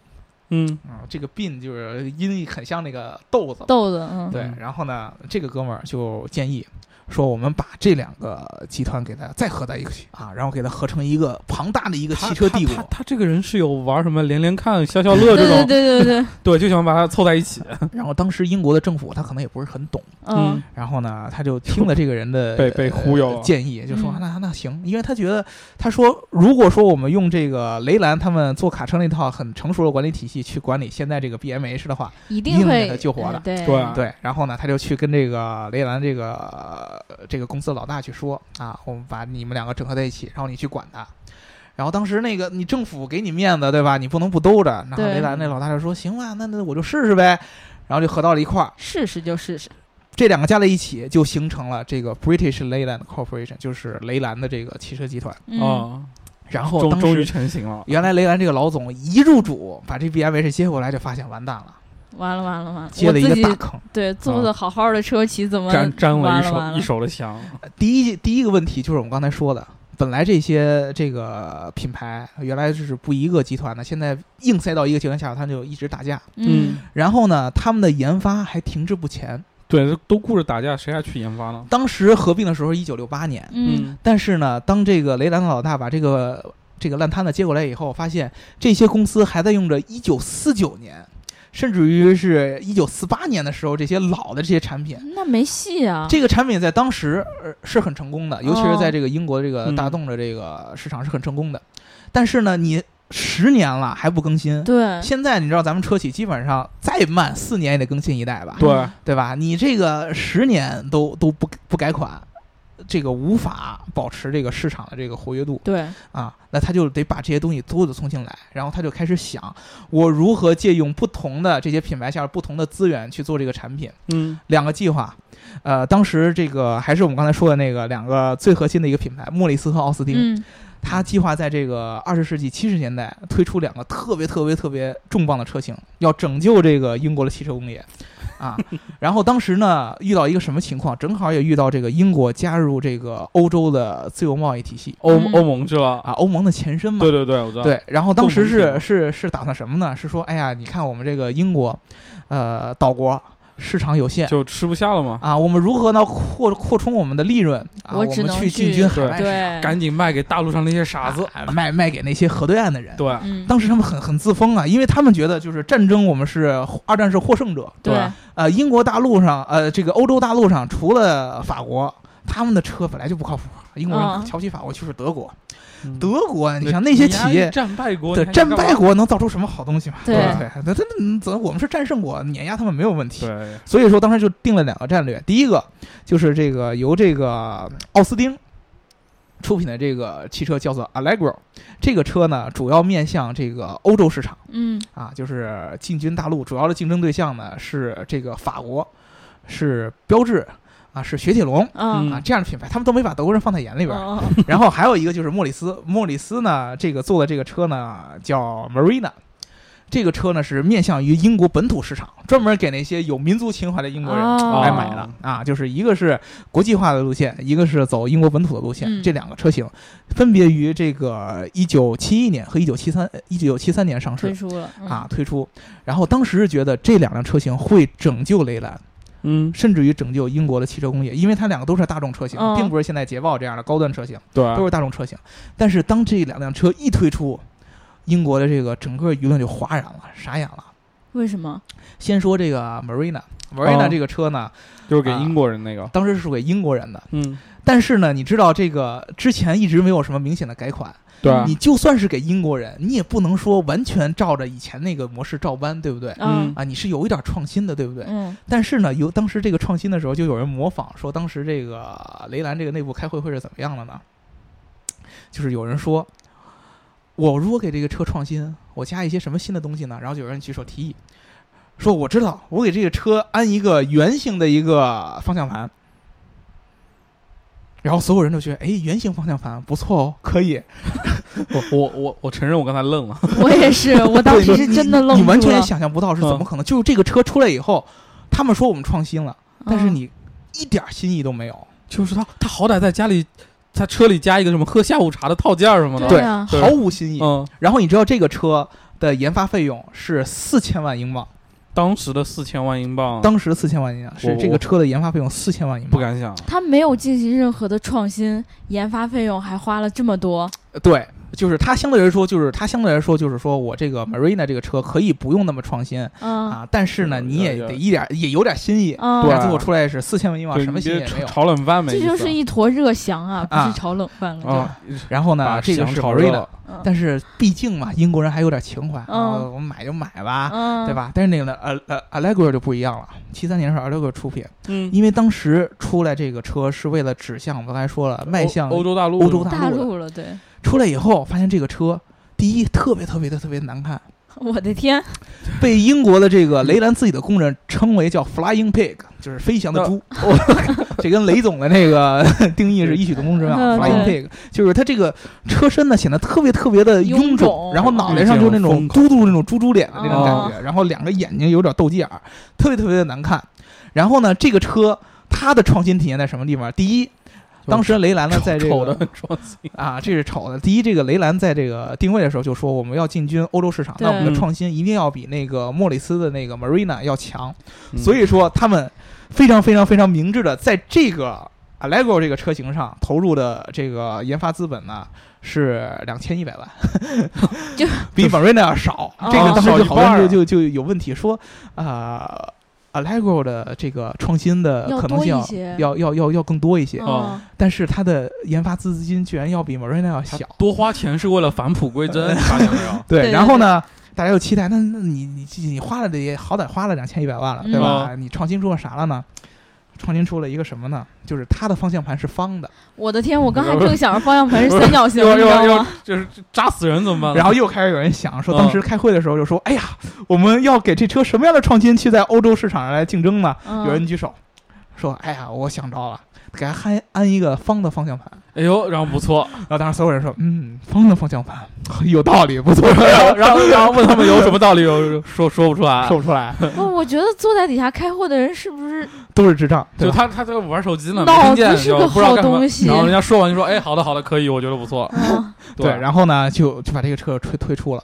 [SPEAKER 3] 嗯，
[SPEAKER 2] 啊，这个宾就是音译很像那个豆子，
[SPEAKER 1] 豆子，嗯，
[SPEAKER 2] 对
[SPEAKER 3] 嗯，
[SPEAKER 2] 然后呢，这个哥们儿就建议说，我们把这两个集团给它再合在一起啊，然后给它合成一个庞大的一个
[SPEAKER 3] 他
[SPEAKER 2] 汽车帝
[SPEAKER 3] 他他
[SPEAKER 2] 国。
[SPEAKER 3] 他这个人是有玩什么连连看、消消乐
[SPEAKER 1] 对对
[SPEAKER 3] 这
[SPEAKER 1] 对
[SPEAKER 3] 种，
[SPEAKER 1] 对 对，
[SPEAKER 3] 对，就想把它凑在一起，
[SPEAKER 2] 然后当时英国的政府他可能也不是很懂，
[SPEAKER 1] 嗯，
[SPEAKER 2] 然后呢，他就听了这个人的
[SPEAKER 3] 被被忽悠了
[SPEAKER 2] 呃建议，就说
[SPEAKER 1] 嗯
[SPEAKER 2] 那那行，因为他觉得他说，如果说我们用这个雷兰他们做卡车那套很成熟的管理体系去管理现在这个 BMH 的话，
[SPEAKER 1] 一
[SPEAKER 2] 一
[SPEAKER 1] 定
[SPEAKER 2] 定
[SPEAKER 1] 会
[SPEAKER 2] 给他救活的
[SPEAKER 1] 嗯对
[SPEAKER 3] 对
[SPEAKER 2] 对，啊然后呢，他就去跟这个雷兰这个、呃这个公司的老大去说啊，我们把你们两个整合在一起，然后你去管他。然后当时那个你政府给你面子对吧？你不能不兜着。然后
[SPEAKER 1] 对
[SPEAKER 2] 雷兰那老大就说行吧，那那我就试试呗。然后就合到了一块儿，
[SPEAKER 1] 试试就试试，
[SPEAKER 2] 这两个加在一起就形成了这个 British Leyland Corporation，就是雷兰的这个汽车集团。
[SPEAKER 1] 嗯，
[SPEAKER 3] 啊，
[SPEAKER 2] 然后
[SPEAKER 3] 终
[SPEAKER 2] 当
[SPEAKER 3] 终于
[SPEAKER 2] 时
[SPEAKER 3] 成型了，
[SPEAKER 2] 原来雷兰这个老总一入主，把这 BMH 接回来，就发现完蛋了。
[SPEAKER 1] 完了完了完了，
[SPEAKER 2] 接了一
[SPEAKER 1] 我
[SPEAKER 2] 个
[SPEAKER 1] 自己
[SPEAKER 2] 大啊坑。
[SPEAKER 1] 对坐的好好的车骑怎么
[SPEAKER 3] 沾沾我
[SPEAKER 1] 完
[SPEAKER 3] 一
[SPEAKER 1] 了完
[SPEAKER 3] 手
[SPEAKER 1] 了
[SPEAKER 3] 一手的香，
[SPEAKER 2] 第一第一个问题就是我们刚才说的，本来这些这个品牌原来就是不一个集团的，现在硬塞到一个集团下，他就一直打架。
[SPEAKER 1] 嗯
[SPEAKER 2] 然后呢，他们的研发还停滞不前。
[SPEAKER 3] 对，都顾着打架，谁还去研发呢？
[SPEAKER 2] 当时合并的时候，一九六八年，
[SPEAKER 1] 嗯，
[SPEAKER 2] 但是呢，当这个雷兰德老大把这个这个烂摊子接过来以后，发现这些公司还在用着1949年，甚至于是1948年的时候这些老的这些产品。
[SPEAKER 1] 那没戏啊，
[SPEAKER 2] 这个产品在当时呃是很成功的，尤其是在这个英国这个
[SPEAKER 3] 嗯
[SPEAKER 2] 大众的这个市场是很成功的。但是呢，你十年了还不更新，
[SPEAKER 1] 对
[SPEAKER 2] 现在你知道咱们车企基本上再慢四年也得更新一代吧，
[SPEAKER 3] 对
[SPEAKER 1] 嗯
[SPEAKER 2] 对吧？你这个十年都都不不改款，这个无法保持这个市场的这个活跃度
[SPEAKER 1] 对，
[SPEAKER 2] 啊，那他就得把这些东西都得从进来，然后他就开始想，我如何借用不同的这些品牌下不同的资源去做这个产品。
[SPEAKER 3] 嗯
[SPEAKER 2] 两个计划，呃，当时这个还是我们刚才说的那个两个最核心的一个品牌，莫里斯和奥斯汀，
[SPEAKER 1] 嗯
[SPEAKER 2] 它计划在这个二十世纪七十年代推出两个特别特别特别重磅的车型，要拯救这个英国的汽车工业。 啊，然后当时呢，遇到一个什么情况？正好也遇到这个英国加入这个欧洲的自由贸易体系
[SPEAKER 3] 欧
[SPEAKER 1] 嗯
[SPEAKER 3] 欧盟去了，
[SPEAKER 2] 啊，欧盟的前身嘛。
[SPEAKER 3] 对对对，我知道，
[SPEAKER 2] 对，然后当时
[SPEAKER 3] 共同体
[SPEAKER 2] 是是
[SPEAKER 3] 嘛
[SPEAKER 2] 是打算什么呢？是说，哎呀，你看我们这个英国，呃，岛国市场有限，
[SPEAKER 3] 就吃不下了嘛，
[SPEAKER 2] 啊，我们如何呢扩扩充我们的利润啊？
[SPEAKER 1] 我
[SPEAKER 2] 我
[SPEAKER 1] 只
[SPEAKER 2] 们
[SPEAKER 1] 能
[SPEAKER 2] 去进
[SPEAKER 1] 去
[SPEAKER 2] 军海外市场，
[SPEAKER 1] 对，
[SPEAKER 3] 赶紧卖给大陆上那些傻子，
[SPEAKER 2] 啊卖卖给那些河对岸的人。
[SPEAKER 3] 对
[SPEAKER 1] 嗯
[SPEAKER 2] 当时他们很很自封啊，因为他们觉得就是战争，我们是二战是获胜者。
[SPEAKER 1] 对
[SPEAKER 3] 对
[SPEAKER 2] 呃，英国大陆上，呃，这个欧洲大陆上，除了法国，他们的车本来就不靠谱，英国
[SPEAKER 1] 嗯
[SPEAKER 2] 人瞧不起法国，就是德国。
[SPEAKER 3] 嗯
[SPEAKER 2] 德国，你像那些企
[SPEAKER 3] 你
[SPEAKER 2] 业。
[SPEAKER 3] 战败国，
[SPEAKER 2] 对
[SPEAKER 3] 你还
[SPEAKER 2] 战
[SPEAKER 3] 想干
[SPEAKER 2] 败
[SPEAKER 3] 嘛，
[SPEAKER 2] 国能造出什么好东西嘛？
[SPEAKER 1] 对
[SPEAKER 2] 对，那他那怎么我们是战胜国，碾压他们没有问题。
[SPEAKER 3] 对，
[SPEAKER 2] 所以说当时就定了两个战略，第一个就是这个由这个奥斯汀出品的这个汽车叫做 Allegro，这个车呢主要面向这个欧洲市场
[SPEAKER 1] 嗯
[SPEAKER 2] 啊，就是进军大陆，主要的竞争对象呢是这个法国，是标致啊，是雪铁龙。
[SPEAKER 1] 嗯
[SPEAKER 2] 啊，这样的品牌，他们都没把德国人放在眼里边儿。
[SPEAKER 1] 嗯
[SPEAKER 2] 然后还有一个就是莫里斯，莫里斯呢，这个做的这个车呢叫 Marina，这个车呢是面向于英国本土市场，专门给那些有民族情怀的英国人
[SPEAKER 1] 哦
[SPEAKER 2] 来买的、啊。就是一个是国际化的路线，一个是走英国本土的路线，
[SPEAKER 1] 嗯
[SPEAKER 2] 这两个车型分别于这个一九七一年和一九七三一九七三年上
[SPEAKER 1] 退
[SPEAKER 2] 市
[SPEAKER 1] 出了嗯
[SPEAKER 2] 啊推出。然后当时是觉得这两辆车型会拯救雷兰，
[SPEAKER 3] 嗯，
[SPEAKER 2] 甚至于拯救英国的汽车工业，因为它两个都是大众车型，
[SPEAKER 1] 嗯
[SPEAKER 2] 并不是现在捷豹这样的高端车型。
[SPEAKER 3] 对
[SPEAKER 2] 都，是大众车型。但是当这两辆车一推出，英国的这个整个舆论就哗然了，傻眼了。
[SPEAKER 1] 为什么？
[SPEAKER 2] 先说这个 Marina。Marina
[SPEAKER 3] 哦
[SPEAKER 2] 这个车呢，
[SPEAKER 3] 就是给英国人那个，
[SPEAKER 2] 当时是给英国人的，
[SPEAKER 3] 啊嗯，
[SPEAKER 2] 但是呢，你知道这个之前一直没有什么明显的改款，
[SPEAKER 3] 对，啊
[SPEAKER 2] 你就算是给英国人，你也不能说完全照着以前那个模式照搬，对不对？
[SPEAKER 1] 嗯
[SPEAKER 2] 啊，你是有一点创新的，对不对？
[SPEAKER 1] 嗯
[SPEAKER 2] 但是呢，由当时这个创新的时候，就有人模仿说，当时这个雷兰这个内部开会会是怎么样的呢？就是有人说，我如果给这个车创新，我加一些什么新的东西呢？然后就有人举手提议，说我知道，我给这个车安一个圆形的一个方向盘。然后所有人都觉得，哎，圆形方向盘不错哦，可以。
[SPEAKER 3] 我我我我承认我刚才愣了，
[SPEAKER 1] 我也是，我当时是真的
[SPEAKER 2] 你
[SPEAKER 1] 愣
[SPEAKER 2] 你
[SPEAKER 1] 住
[SPEAKER 2] 完全
[SPEAKER 1] 了嗯
[SPEAKER 2] 也，想象不到是怎么可能。就是这个车出来以后，他们说我们创新了，但是
[SPEAKER 1] 嗯
[SPEAKER 2] 你一点儿新意都没有。
[SPEAKER 3] 就是他他好歹在家里，他车里加一个什么喝下午茶的套件儿什么的，
[SPEAKER 1] 对啊
[SPEAKER 3] 对
[SPEAKER 2] 毫无新意。
[SPEAKER 3] 嗯，
[SPEAKER 2] 然后你知道这个车的研发费用是四千万英镑，
[SPEAKER 3] 当时的四千万英镑，
[SPEAKER 2] 当时四千万英镑
[SPEAKER 3] 我
[SPEAKER 2] 是这个车的研发费用四千万英镑。
[SPEAKER 3] 不敢想，
[SPEAKER 1] 他没有进行任何的创新，研发费用还花了这么多，
[SPEAKER 2] 呃对，就是它相对来说，就是它相对来说，就是说我这个 Marina 这个车可以不用那么创新
[SPEAKER 1] 嗯
[SPEAKER 2] 啊，但是呢，
[SPEAKER 3] 有
[SPEAKER 2] 你也
[SPEAKER 3] 有
[SPEAKER 2] 得一点也有点新意。
[SPEAKER 1] 嗯，
[SPEAKER 3] 对
[SPEAKER 2] 但最后出来是四千万英镑，
[SPEAKER 3] 对
[SPEAKER 2] 什么
[SPEAKER 3] 你
[SPEAKER 2] 新意也
[SPEAKER 3] 别
[SPEAKER 2] 没
[SPEAKER 3] 炒
[SPEAKER 2] 有。
[SPEAKER 3] 炒冷饭没
[SPEAKER 1] 这
[SPEAKER 3] 意思，
[SPEAKER 1] 就是一坨热翔啊，不
[SPEAKER 2] 啊
[SPEAKER 1] 是炒冷饭了。
[SPEAKER 3] 啊，
[SPEAKER 2] 然后呢
[SPEAKER 3] 把，
[SPEAKER 2] 这个
[SPEAKER 3] 翔
[SPEAKER 2] 是
[SPEAKER 3] 炒热
[SPEAKER 2] Marina，
[SPEAKER 3] 了
[SPEAKER 1] 嗯
[SPEAKER 2] 但是毕竟嘛，英国人还有点情怀，
[SPEAKER 1] 嗯
[SPEAKER 2] 啊，我买就买吧，
[SPEAKER 1] 嗯，
[SPEAKER 2] 对？吧？但是那个呢呃呃 Allegro 就不一样了，七三年是 Allegro 出品，
[SPEAKER 3] 嗯，
[SPEAKER 2] 因为当时出来这个车是为了指向，我们刚才说了，迈向
[SPEAKER 3] 欧欧洲大陆，
[SPEAKER 2] 欧洲
[SPEAKER 1] 大
[SPEAKER 2] 大陆的。
[SPEAKER 1] 陆了，对，
[SPEAKER 2] 出来以后，发现这个车，第一特别特别的特别难看，
[SPEAKER 1] 我的天，
[SPEAKER 2] 被
[SPEAKER 3] 嗯
[SPEAKER 2] 英国的这个雷兰自己的工人称为叫 “flying pig”，就是飞翔的猪，这跟雷总的那个 定义是异曲同工之妙。
[SPEAKER 1] 嗯
[SPEAKER 2] Flying Pig 就是它这个车身呢显得特别特别的臃
[SPEAKER 1] 臃肿哦
[SPEAKER 2] 然后脑袋上就那种
[SPEAKER 3] 嗯这
[SPEAKER 2] 嘟嘟那种猪猪脸的那种感觉，然后两个眼睛有点斗鸡眼儿，特别特别的难看。然后呢，这个车它的创新体现在什么地方？第一，当时雷兰呢在这
[SPEAKER 3] 丑的
[SPEAKER 2] 个
[SPEAKER 3] 很创新，
[SPEAKER 2] 啊，这是丑的。第一，这个雷兰在这个定位的时候就说我们要进军欧洲市场，那我们的
[SPEAKER 3] 对
[SPEAKER 2] 创新一定要比那个莫里斯的那个 Marina 要强。
[SPEAKER 3] 嗯
[SPEAKER 2] 所以说他们非常非常非常明智的在这个 Allegro 这个车型上投入的这个研发资本呢是两千一百万，
[SPEAKER 1] 就
[SPEAKER 2] 比 Marina 要少。
[SPEAKER 1] 哦
[SPEAKER 2] 这个当时
[SPEAKER 3] 少
[SPEAKER 2] 就
[SPEAKER 3] 一
[SPEAKER 2] 好多人
[SPEAKER 3] 半儿
[SPEAKER 2] 就就就有问题说啊、呃、，Allegro 的这个创新的
[SPEAKER 1] 要
[SPEAKER 2] 可能
[SPEAKER 1] 多
[SPEAKER 2] 性
[SPEAKER 1] 一些
[SPEAKER 2] 要要要要更多一些，
[SPEAKER 1] 嗯
[SPEAKER 2] 但是它的研发资金居然要比 Marina 要
[SPEAKER 3] 他
[SPEAKER 2] 小。呃
[SPEAKER 3] 多花钱是为了返璞归真，大家 要
[SPEAKER 2] 对，
[SPEAKER 1] 对
[SPEAKER 2] 然后呢，大家又期待，那那你你你花了的也好歹花了两千一百万了，
[SPEAKER 3] 嗯
[SPEAKER 2] 对吧？你创新出了啥了呢？创新出了一个什么呢？就是它的方向盘是方的，
[SPEAKER 1] 我的天，我刚才正想着方向盘是三角 形，你
[SPEAKER 3] 又
[SPEAKER 1] 知道
[SPEAKER 3] 又又
[SPEAKER 1] 吗？
[SPEAKER 3] 就是扎死人怎么办？
[SPEAKER 2] 然后又开始有人想
[SPEAKER 3] 嗯
[SPEAKER 2] 说，当时开会的时候就说，哎呀，我们要给这车什么样的创新去在欧洲市场上来竞争呢？有人
[SPEAKER 1] 嗯，
[SPEAKER 2] 举手说，哎呀，我想到了，给它安安一个方的方向盘。
[SPEAKER 3] 哎呦，然后 不错，
[SPEAKER 2] 然后当时所有人说，嗯，方的方向盘有道理，不错，
[SPEAKER 3] 然后然后然后问他们有什么道理，有说说不出 来
[SPEAKER 2] 说，不出来，
[SPEAKER 1] 我我觉得坐在底下开会的人是不是
[SPEAKER 2] 都是智障，对
[SPEAKER 3] 就
[SPEAKER 2] 吧？
[SPEAKER 3] 他他在玩手机呢，没
[SPEAKER 1] 脑
[SPEAKER 3] 听
[SPEAKER 1] 子
[SPEAKER 3] 见，
[SPEAKER 1] 是
[SPEAKER 3] 就
[SPEAKER 1] 个
[SPEAKER 3] 不知道
[SPEAKER 1] 好
[SPEAKER 3] 干什么
[SPEAKER 1] 东西
[SPEAKER 3] 然后人家说完就说，哎，好的好的，可以，我觉得不错。
[SPEAKER 1] 嗯
[SPEAKER 2] 对，然后呢，就就把这个车推推出了。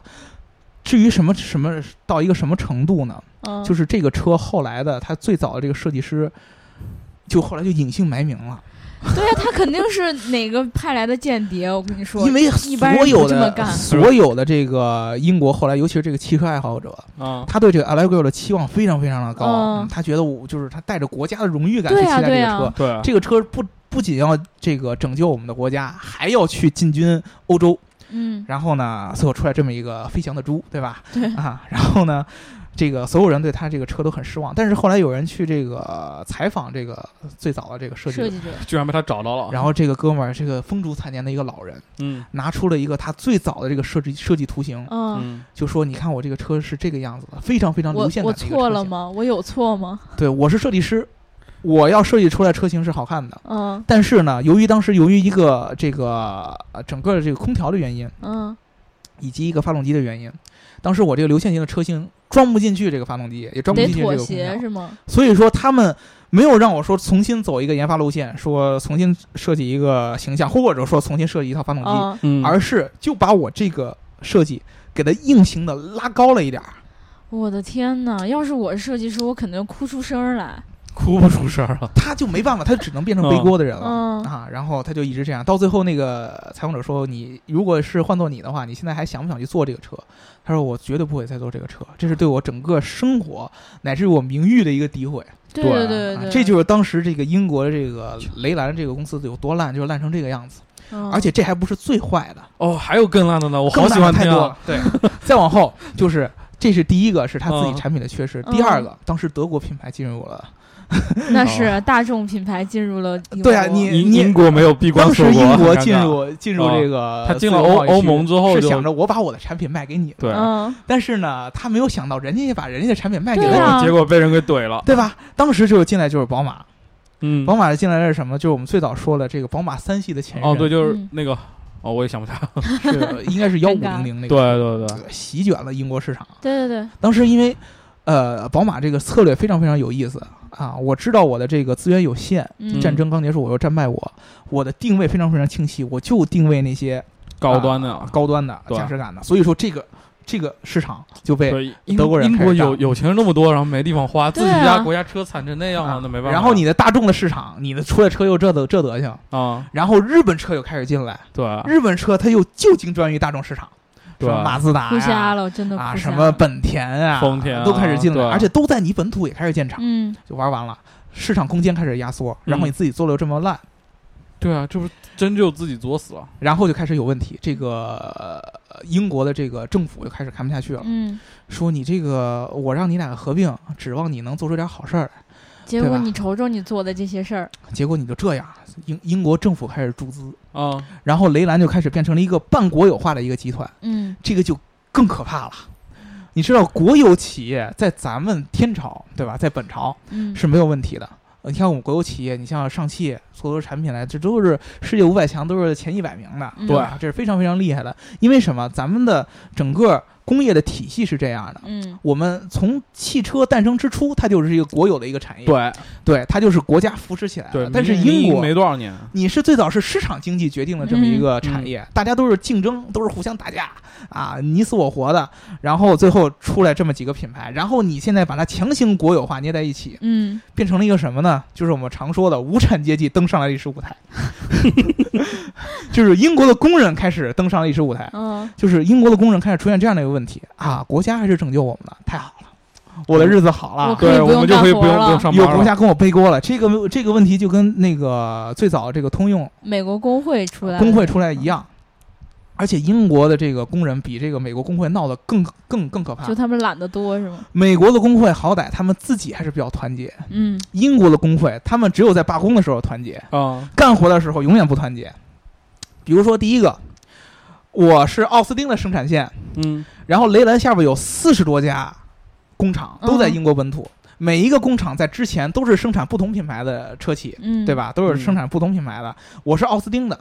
[SPEAKER 2] 至于什么什么到一个什么程度呢？
[SPEAKER 1] 嗯，
[SPEAKER 2] 就是这个车后来的，它最早的这个设计师，就后来就隐姓埋名了，
[SPEAKER 1] 对呀，他肯定是哪个派来的间谍，我跟你说，
[SPEAKER 2] 因为
[SPEAKER 1] 一般
[SPEAKER 2] 所
[SPEAKER 1] 人
[SPEAKER 2] 有
[SPEAKER 1] 不这么
[SPEAKER 2] 的
[SPEAKER 1] 干，
[SPEAKER 2] 所有的这个英国后来，尤其是这个汽车爱好者，
[SPEAKER 3] 啊，
[SPEAKER 2] 他对这个 Allegro 的期望非常非常的高，
[SPEAKER 1] 嗯
[SPEAKER 2] 嗯他觉得我就是他带着国家的荣誉感去
[SPEAKER 1] 对
[SPEAKER 2] 期
[SPEAKER 1] 呀
[SPEAKER 2] 待这
[SPEAKER 1] 对啊
[SPEAKER 2] 个
[SPEAKER 1] 呀
[SPEAKER 2] 车，
[SPEAKER 3] 对，
[SPEAKER 2] 这个车不不仅要这个拯救我们的国家，还要去进军欧洲。
[SPEAKER 1] 嗯，
[SPEAKER 2] 然后呢，最后出来这么一个飞翔的猪，对吧？
[SPEAKER 1] 对
[SPEAKER 2] 啊，然后呢，这个所有人对他这个车都很失望。但是后来有人去这个采访这个最早的这个设计
[SPEAKER 1] 设
[SPEAKER 2] 者，
[SPEAKER 1] 计者，
[SPEAKER 3] 居然被他找到了。
[SPEAKER 2] 然后这个哥们儿，这个风烛残年的一个老人，
[SPEAKER 3] 嗯
[SPEAKER 2] 拿出了一个他最早的这个设计设计图形，
[SPEAKER 1] 嗯，
[SPEAKER 3] 嗯，
[SPEAKER 2] 就说：“你看我这个车是这个样子的，非常非常
[SPEAKER 1] 我
[SPEAKER 2] 流线
[SPEAKER 1] 我
[SPEAKER 2] 感的一个
[SPEAKER 1] 错
[SPEAKER 2] 车
[SPEAKER 1] 了
[SPEAKER 2] 型？
[SPEAKER 1] 吗？我有错吗？
[SPEAKER 2] 对，我是设计师，我要设计出来车型是好看的。”
[SPEAKER 1] 嗯
[SPEAKER 2] 但是呢，由于当时由于一个这个呃整个的这个空调的原因，
[SPEAKER 1] 嗯，
[SPEAKER 2] 以及一个发动机的原因，当时我这个流线型的车型装不进去这个发动机，也装不
[SPEAKER 1] 得
[SPEAKER 2] 进去这
[SPEAKER 1] 妥
[SPEAKER 2] 个空
[SPEAKER 1] 协
[SPEAKER 2] 调，
[SPEAKER 1] 是吗？
[SPEAKER 2] 所以说他们没有让我说重新走一个研发路线，说重新设计一个形象，或者说重新设计一套发动机，
[SPEAKER 1] 嗯，
[SPEAKER 3] 嗯
[SPEAKER 2] 而是就把我这个设计给它硬性的拉高了一点儿，
[SPEAKER 1] 我的天哪！要是我是设计师，我肯定哭出声儿
[SPEAKER 2] 啊
[SPEAKER 1] 来。
[SPEAKER 3] 哭不出声儿了。
[SPEAKER 2] 他就没办法，他只能变成背锅的人了。
[SPEAKER 1] 嗯
[SPEAKER 2] 啊，然后他就一直这样，到最后那个采访者说：“你如果是换做你的话，你现在还想不想去坐这个车？”他说：“我绝对不会再坐这个车，这是对我整个生活乃至我名誉的一个诋毁。
[SPEAKER 1] 对对对
[SPEAKER 2] 啊
[SPEAKER 1] 对，
[SPEAKER 2] 这就是当时这个英国的这个雷兰这个公司有多烂，就是烂成这个样子。
[SPEAKER 1] 嗯，
[SPEAKER 2] 而且这还不是最坏的，
[SPEAKER 3] 哦，还有更烂的呢，我好
[SPEAKER 2] 更烂
[SPEAKER 3] 喜
[SPEAKER 2] 的
[SPEAKER 3] 欢
[SPEAKER 2] 太
[SPEAKER 3] 听
[SPEAKER 2] 多
[SPEAKER 3] 啊
[SPEAKER 2] 了。对，再往后就是。这是第一个，是他自己
[SPEAKER 3] 嗯
[SPEAKER 2] 产品的缺失。
[SPEAKER 1] 嗯
[SPEAKER 2] 第二个，当时德国品牌进入了，
[SPEAKER 1] 那是大众品牌进入了帝国
[SPEAKER 2] 哦对啊你
[SPEAKER 3] 英英国没有闭关
[SPEAKER 2] 当时
[SPEAKER 3] 锁国，
[SPEAKER 2] 英国
[SPEAKER 3] 很尴尬嗯
[SPEAKER 2] 进入进入这个
[SPEAKER 3] 他进
[SPEAKER 2] 自
[SPEAKER 3] 了
[SPEAKER 2] 由贸
[SPEAKER 3] 欧
[SPEAKER 2] 易区
[SPEAKER 3] 欧盟之后
[SPEAKER 2] 是
[SPEAKER 3] 就
[SPEAKER 2] 想着我把我的产品卖给你，
[SPEAKER 3] 对，
[SPEAKER 1] 嗯，
[SPEAKER 2] 但是呢，他没有想到人家也把人家的产品卖给
[SPEAKER 1] 对
[SPEAKER 2] 了
[SPEAKER 3] 结
[SPEAKER 2] 我，
[SPEAKER 1] 啊
[SPEAKER 3] 果结果被人给怼了。
[SPEAKER 2] 对吧？当时就是进来就是宝马，
[SPEAKER 3] 嗯，
[SPEAKER 2] 宝马进来的是什么？就是我们最早说了这个宝马三系的前
[SPEAKER 3] 哦，对，
[SPEAKER 2] 身，
[SPEAKER 3] 就是
[SPEAKER 1] 嗯
[SPEAKER 3] 那个，哦，我也想不起来。
[SPEAKER 2] 是 应该是幺五
[SPEAKER 1] 尴尬
[SPEAKER 2] 零零那
[SPEAKER 3] 对
[SPEAKER 2] 个，
[SPEAKER 3] 对对，
[SPEAKER 2] 席卷了英国市场。
[SPEAKER 1] 对对对，
[SPEAKER 2] 当时因为呃，宝马这个策略非常非常有意思啊，我知道我的这个资源有限，
[SPEAKER 1] 嗯，
[SPEAKER 2] 战争刚结束，我又战败我，我的定位非常非常清晰，我就定位那些
[SPEAKER 3] 高端的
[SPEAKER 2] 啊
[SPEAKER 3] 啊。
[SPEAKER 2] 高端的
[SPEAKER 3] 对
[SPEAKER 2] 驾驶感的，所以说这个这个市场就被
[SPEAKER 3] 对，英
[SPEAKER 2] 德国人
[SPEAKER 3] 英
[SPEAKER 2] 开始
[SPEAKER 3] 国
[SPEAKER 2] 炸
[SPEAKER 3] 有有钱人那么多，然后没地方花，自己
[SPEAKER 1] 对啊
[SPEAKER 3] 家国家车惨成那样了，啊那没办法。
[SPEAKER 2] 啊然后你的大众的市场，你的出来车又这德这德行，
[SPEAKER 3] 啊，
[SPEAKER 2] 然后日本车又开始进来，
[SPEAKER 3] 对，啊
[SPEAKER 2] 日本车它又就精专于大众市场，什
[SPEAKER 3] 对啊
[SPEAKER 2] 么马自达
[SPEAKER 1] 哭瞎
[SPEAKER 2] 呀、
[SPEAKER 1] 了，我真的
[SPEAKER 2] 啊，
[SPEAKER 1] 哭瞎
[SPEAKER 2] 什
[SPEAKER 1] 了
[SPEAKER 2] 么本田啊，
[SPEAKER 3] 丰田啊
[SPEAKER 2] 都开始进来，
[SPEAKER 3] 对
[SPEAKER 2] 而且都在你本土也开始建厂，
[SPEAKER 1] 嗯，
[SPEAKER 2] 就玩完了，市场空间开始压缩，
[SPEAKER 3] 嗯
[SPEAKER 2] 然后你自己做的又这么烂，
[SPEAKER 3] 对啊，这不是真就自己作死了。
[SPEAKER 2] 然后就开始有问题，这个。呃英国的这个政府就开始看不下去了，
[SPEAKER 1] 嗯，
[SPEAKER 2] 说你这个我让你俩合并，指望你能做出点好事儿来，
[SPEAKER 1] 结
[SPEAKER 2] 对
[SPEAKER 1] 果
[SPEAKER 2] 吧
[SPEAKER 1] 你瞅瞅你做的这些事儿，
[SPEAKER 2] 结果你就这样。英英国政府开始注资，
[SPEAKER 3] 啊，
[SPEAKER 2] 然后雷兰就开始变成了一个半国有化的一个集团，
[SPEAKER 1] 嗯，
[SPEAKER 2] 这个就更可怕了。你知道国有企业在咱们天朝，对吧？在本朝
[SPEAKER 1] 嗯
[SPEAKER 2] 是没有问题的呃你看我们国有企业，你像上汽所有产品啊来，这都是世界五百强，都是前一百名的，
[SPEAKER 1] 嗯
[SPEAKER 2] 对吧？这是非常非常厉害的。因为什么？咱们的整个工业的体系是这样的。
[SPEAKER 1] 嗯
[SPEAKER 2] 我们从汽车诞生之初，它就是一个国有的一个产业，
[SPEAKER 3] 对
[SPEAKER 2] 对，它就是国家扶持起来的。
[SPEAKER 3] 对，
[SPEAKER 2] 但是
[SPEAKER 3] 民营
[SPEAKER 2] 英国
[SPEAKER 3] 没多少年，
[SPEAKER 2] 你是最早是市场经济决定的这么
[SPEAKER 1] 嗯
[SPEAKER 2] 一个产业，大家都是竞争，都是互相打架啊，你死我活的，然后最后出来这么几个品牌，然后你现在把它强行国有化捏在一起，
[SPEAKER 1] 嗯，
[SPEAKER 2] 变成了一个什么呢？就是我们常说的无产阶级登上了历史舞台， 就是英国的工人开始登上了历史舞台，
[SPEAKER 1] 嗯
[SPEAKER 2] 就是英国的工人开始出现这样的一个问题啊，国家还是拯救我们了，太好了，我的日子好了，
[SPEAKER 1] 我可以
[SPEAKER 3] 对，
[SPEAKER 1] 不
[SPEAKER 3] 我
[SPEAKER 1] 用
[SPEAKER 3] 们就可以
[SPEAKER 1] 干
[SPEAKER 3] 不用
[SPEAKER 1] 活
[SPEAKER 3] 不
[SPEAKER 1] 了
[SPEAKER 3] 用上
[SPEAKER 2] 有
[SPEAKER 3] 班
[SPEAKER 2] 国
[SPEAKER 3] 了。
[SPEAKER 2] 家跟我背锅了，这个这个问题就跟那个最早这个通用
[SPEAKER 1] 美国工会出来的，
[SPEAKER 2] 工会出来一样。而且英国的这个工人比这个美国工会闹得更更更可怕
[SPEAKER 1] 就。他们懒得多是吗？
[SPEAKER 2] 美国的工会好歹他们自己还是比较团结，
[SPEAKER 1] 嗯
[SPEAKER 2] 英国的工会他们只有在罢工的时候团结，
[SPEAKER 3] 啊，
[SPEAKER 2] 干活的时候永远不团结。比如说第一个，我是奥斯汀的生产线，
[SPEAKER 3] 嗯，
[SPEAKER 2] 然后雷兰下边有四十多家工厂
[SPEAKER 1] 嗯
[SPEAKER 2] 都在英国本土，每一个工厂在之前都是生产不同品牌的车企，
[SPEAKER 1] 嗯，
[SPEAKER 2] 对？吧？都是生
[SPEAKER 3] 嗯
[SPEAKER 2] 产不同品牌的。我是奥斯汀的，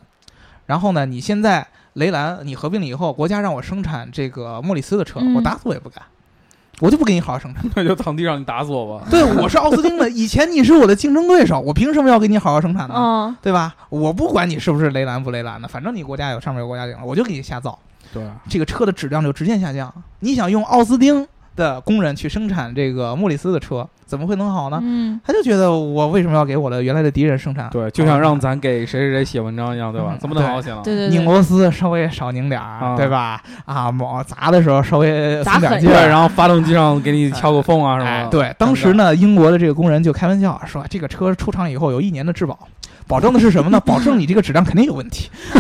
[SPEAKER 2] 然后呢，你现在雷兰你合并了以后，国家让我生产这个莫里斯的车，
[SPEAKER 1] 嗯
[SPEAKER 2] 我打死我也不干，我就不给你好好生产。
[SPEAKER 3] 那就躺地上，你打死我吧。
[SPEAKER 2] 对，我是奥斯汀的，以前你是我的竞争对手，我凭什么要给你好好生产呢？
[SPEAKER 1] 嗯
[SPEAKER 2] 对吧？我不管你是不是雷兰不雷兰的，反正你国家有上面有国家领了，我就给你瞎造。
[SPEAKER 3] 对，
[SPEAKER 2] 这个车的质量就直线下降。你想用奥斯汀的工人去生产这个莫里斯的车，怎么会能好呢？
[SPEAKER 1] 嗯
[SPEAKER 2] 他就觉得我为什么要给我的原来的敌人生产？
[SPEAKER 3] 对，就像让咱给谁谁谁写文章一样，对吧
[SPEAKER 2] 嗯？
[SPEAKER 3] 怎么能好好写呢？
[SPEAKER 1] 对对对，
[SPEAKER 2] 拧螺丝稍微少拧点儿，
[SPEAKER 3] 啊
[SPEAKER 2] 对吧？啊，猛砸的时候稍微
[SPEAKER 1] 砸
[SPEAKER 2] 松点
[SPEAKER 1] 狠
[SPEAKER 2] 劲
[SPEAKER 3] 对，
[SPEAKER 2] 儿，
[SPEAKER 3] 然后发动机上给你敲个缝啊什么
[SPEAKER 2] 哎，
[SPEAKER 3] 的。
[SPEAKER 2] 对，当时呢，英国的这个工人就开玩笑说，这个车出厂以后有一年的质保，保证的是 什么呢？保证你这个质量肯定有问题，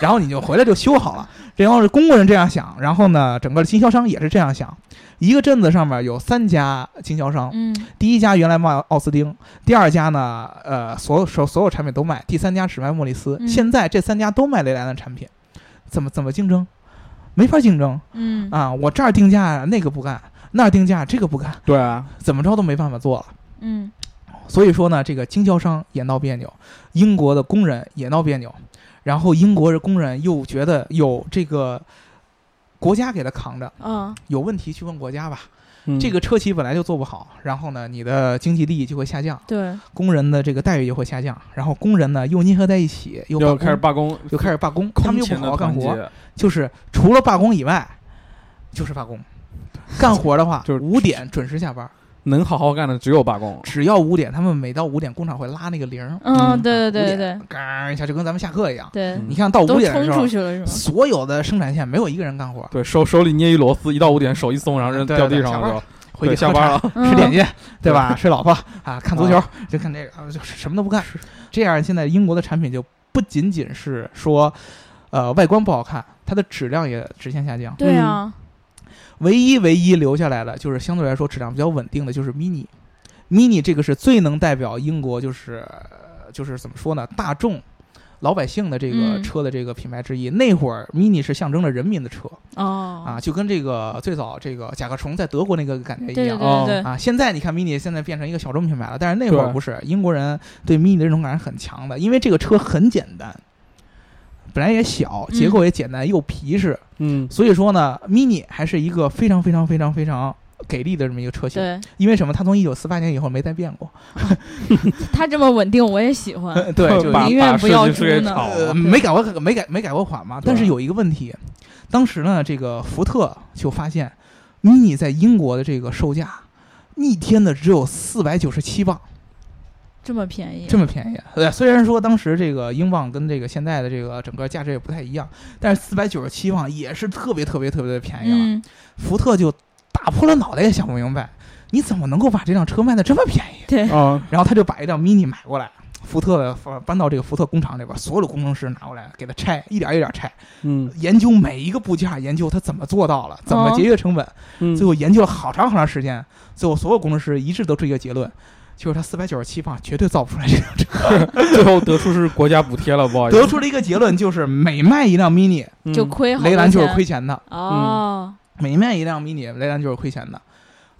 [SPEAKER 2] 然后你就回来就修好了。然后是工人这样想，然后呢，整个经销商也是这样想。一个镇子上面有三家经销商，
[SPEAKER 1] 嗯
[SPEAKER 2] 第一家原来卖奥斯汀，第二家呢，呃，所有所所有产品都卖，第三家只卖莫里斯。
[SPEAKER 1] 嗯
[SPEAKER 2] 现在这三家都卖雷兰的产品，怎么怎么竞争？没法竞争
[SPEAKER 1] 嗯
[SPEAKER 2] 啊！我这儿定价那个不干，那儿定价这个不干，
[SPEAKER 3] 对啊，
[SPEAKER 2] 怎么着都没办法做了。
[SPEAKER 1] 嗯
[SPEAKER 2] 所以说呢，这个经销商也闹别扭，英国的工人也闹别扭，然后英国的工人又觉得有这个国家给他扛着，
[SPEAKER 1] 嗯
[SPEAKER 2] 有问题去问国家吧。
[SPEAKER 3] 嗯
[SPEAKER 2] 这个车企本来就做不好，然后呢，你的经济利益就会下降，
[SPEAKER 1] 对，
[SPEAKER 2] 工人的这个待遇也会下降，然后工人呢又捏合在一起，又
[SPEAKER 3] 又
[SPEAKER 2] 罢工
[SPEAKER 3] 开始罢工，
[SPEAKER 2] 又开始罢工，他
[SPEAKER 3] 空
[SPEAKER 2] 们又不
[SPEAKER 3] 前
[SPEAKER 2] 好
[SPEAKER 3] 的
[SPEAKER 2] 好干活，
[SPEAKER 3] 团结。
[SPEAKER 2] 就是除了罢工以外，就是罢工。干活的话，
[SPEAKER 3] 就是
[SPEAKER 2] 五点准时下班，
[SPEAKER 3] 能好好干的只有罢工。
[SPEAKER 2] 只要五点，他们每到五点工厂会拉那个铃儿，
[SPEAKER 1] 嗯
[SPEAKER 3] 嗯
[SPEAKER 1] 对对对
[SPEAKER 2] 5
[SPEAKER 1] 对
[SPEAKER 2] 嘎一下就跟咱们下课一样。
[SPEAKER 1] 对，
[SPEAKER 2] 你看到五
[SPEAKER 1] 都
[SPEAKER 2] 点
[SPEAKER 1] 冲
[SPEAKER 2] 的时
[SPEAKER 1] 出
[SPEAKER 2] 候，
[SPEAKER 1] 去了是吗？
[SPEAKER 2] 所有的生产线没有一个人干活，
[SPEAKER 3] 对手手里捏一螺丝，一到五点手一松，然后人
[SPEAKER 2] 对
[SPEAKER 3] 掉地
[SPEAKER 2] 对
[SPEAKER 3] 上
[SPEAKER 2] 下
[SPEAKER 3] 了就，
[SPEAKER 2] 回去
[SPEAKER 3] 对，下
[SPEAKER 2] 喝
[SPEAKER 3] 班
[SPEAKER 2] 茶
[SPEAKER 3] 了。
[SPEAKER 2] 吃点
[SPEAKER 1] 嗯
[SPEAKER 2] 心，对吧？睡老婆啊，看足球
[SPEAKER 3] 啊，
[SPEAKER 2] 就看这个，啊就是什么都不干。这样，现在英国的产品就不仅仅是说，呃，外观不好看，它的质量也直线下降。
[SPEAKER 1] 对啊，
[SPEAKER 2] 唯一唯一留下来的就是相对来说质量比较稳定的就是 mini。mini 这个是最能代表英国，就是呃就是怎么说呢，大众老百姓的这个
[SPEAKER 1] 嗯
[SPEAKER 2] 车的这个品牌之一。那会儿 mini 是象征着人民的车
[SPEAKER 1] 哦
[SPEAKER 2] 啊，，就跟这个最早这个甲壳虫在德国那个感觉
[SPEAKER 1] 对
[SPEAKER 2] 一
[SPEAKER 1] 对
[SPEAKER 2] 样。
[SPEAKER 1] 对 对对，
[SPEAKER 2] 啊，现在你看 mini 现在变成一个小众品牌了，但是那会儿
[SPEAKER 3] 对
[SPEAKER 2] 不是，英国人对 mini 的认同感是很强的，因为这个车很简单，本来也小，
[SPEAKER 1] 嗯
[SPEAKER 2] 结构也简单又皮实，
[SPEAKER 3] 嗯，
[SPEAKER 2] 所以说呢，mini 还是一个非常非常非常非常给力的这么一个车型。
[SPEAKER 1] 对
[SPEAKER 2] 因为什么？它从一九四八年以后没再变过。
[SPEAKER 1] 他这么稳定，我也喜欢。
[SPEAKER 2] 对，就
[SPEAKER 3] 把
[SPEAKER 1] 宁愿
[SPEAKER 3] 把
[SPEAKER 1] 不要
[SPEAKER 3] 设计师给
[SPEAKER 1] 猪呢
[SPEAKER 3] 炒
[SPEAKER 2] 呃
[SPEAKER 3] 了。
[SPEAKER 2] 没改过没改没改过款嘛。
[SPEAKER 3] 对
[SPEAKER 2] 但是有一个问题，当时呢，这个福特就发现，mini 在英国的这个售价逆天的只有四百九十七磅。
[SPEAKER 1] 这么便宜，
[SPEAKER 2] 这么便宜啊。对，虽然说当时这个英镑跟这个现在的这个整个价值也不太一样，但是四百九十七镑也是特别特别特别的便宜了。啊
[SPEAKER 1] 嗯，
[SPEAKER 2] 福特就打破了脑袋也想不明白，你怎么能够把这辆车卖的这么便宜？
[SPEAKER 1] 对，
[SPEAKER 3] 啊，
[SPEAKER 2] 然后他就把一辆 Mini 买过来。福特的呃搬到这个福特工厂里边，所有的工程师拿过来给他拆，一点一点拆，
[SPEAKER 3] 嗯
[SPEAKER 2] 研究每一个部件，研究它怎么做到了，怎么
[SPEAKER 1] 哦
[SPEAKER 2] 节约成本，
[SPEAKER 3] 嗯
[SPEAKER 2] 最后研究了好长好长时间，最后所有工程师一致得出一个结论，就是他四百九十七磅绝对造不出来这辆车。
[SPEAKER 3] 最后得出是国家补贴了，不好意思
[SPEAKER 2] 得，出了一个结论，就是每卖一辆 Mini，
[SPEAKER 3] 嗯
[SPEAKER 1] 就亏好多
[SPEAKER 2] 雷兰就是
[SPEAKER 1] 钱
[SPEAKER 2] 亏钱的；嗯
[SPEAKER 1] 哦，
[SPEAKER 2] 每卖一辆 Mini，雷兰就是亏钱的。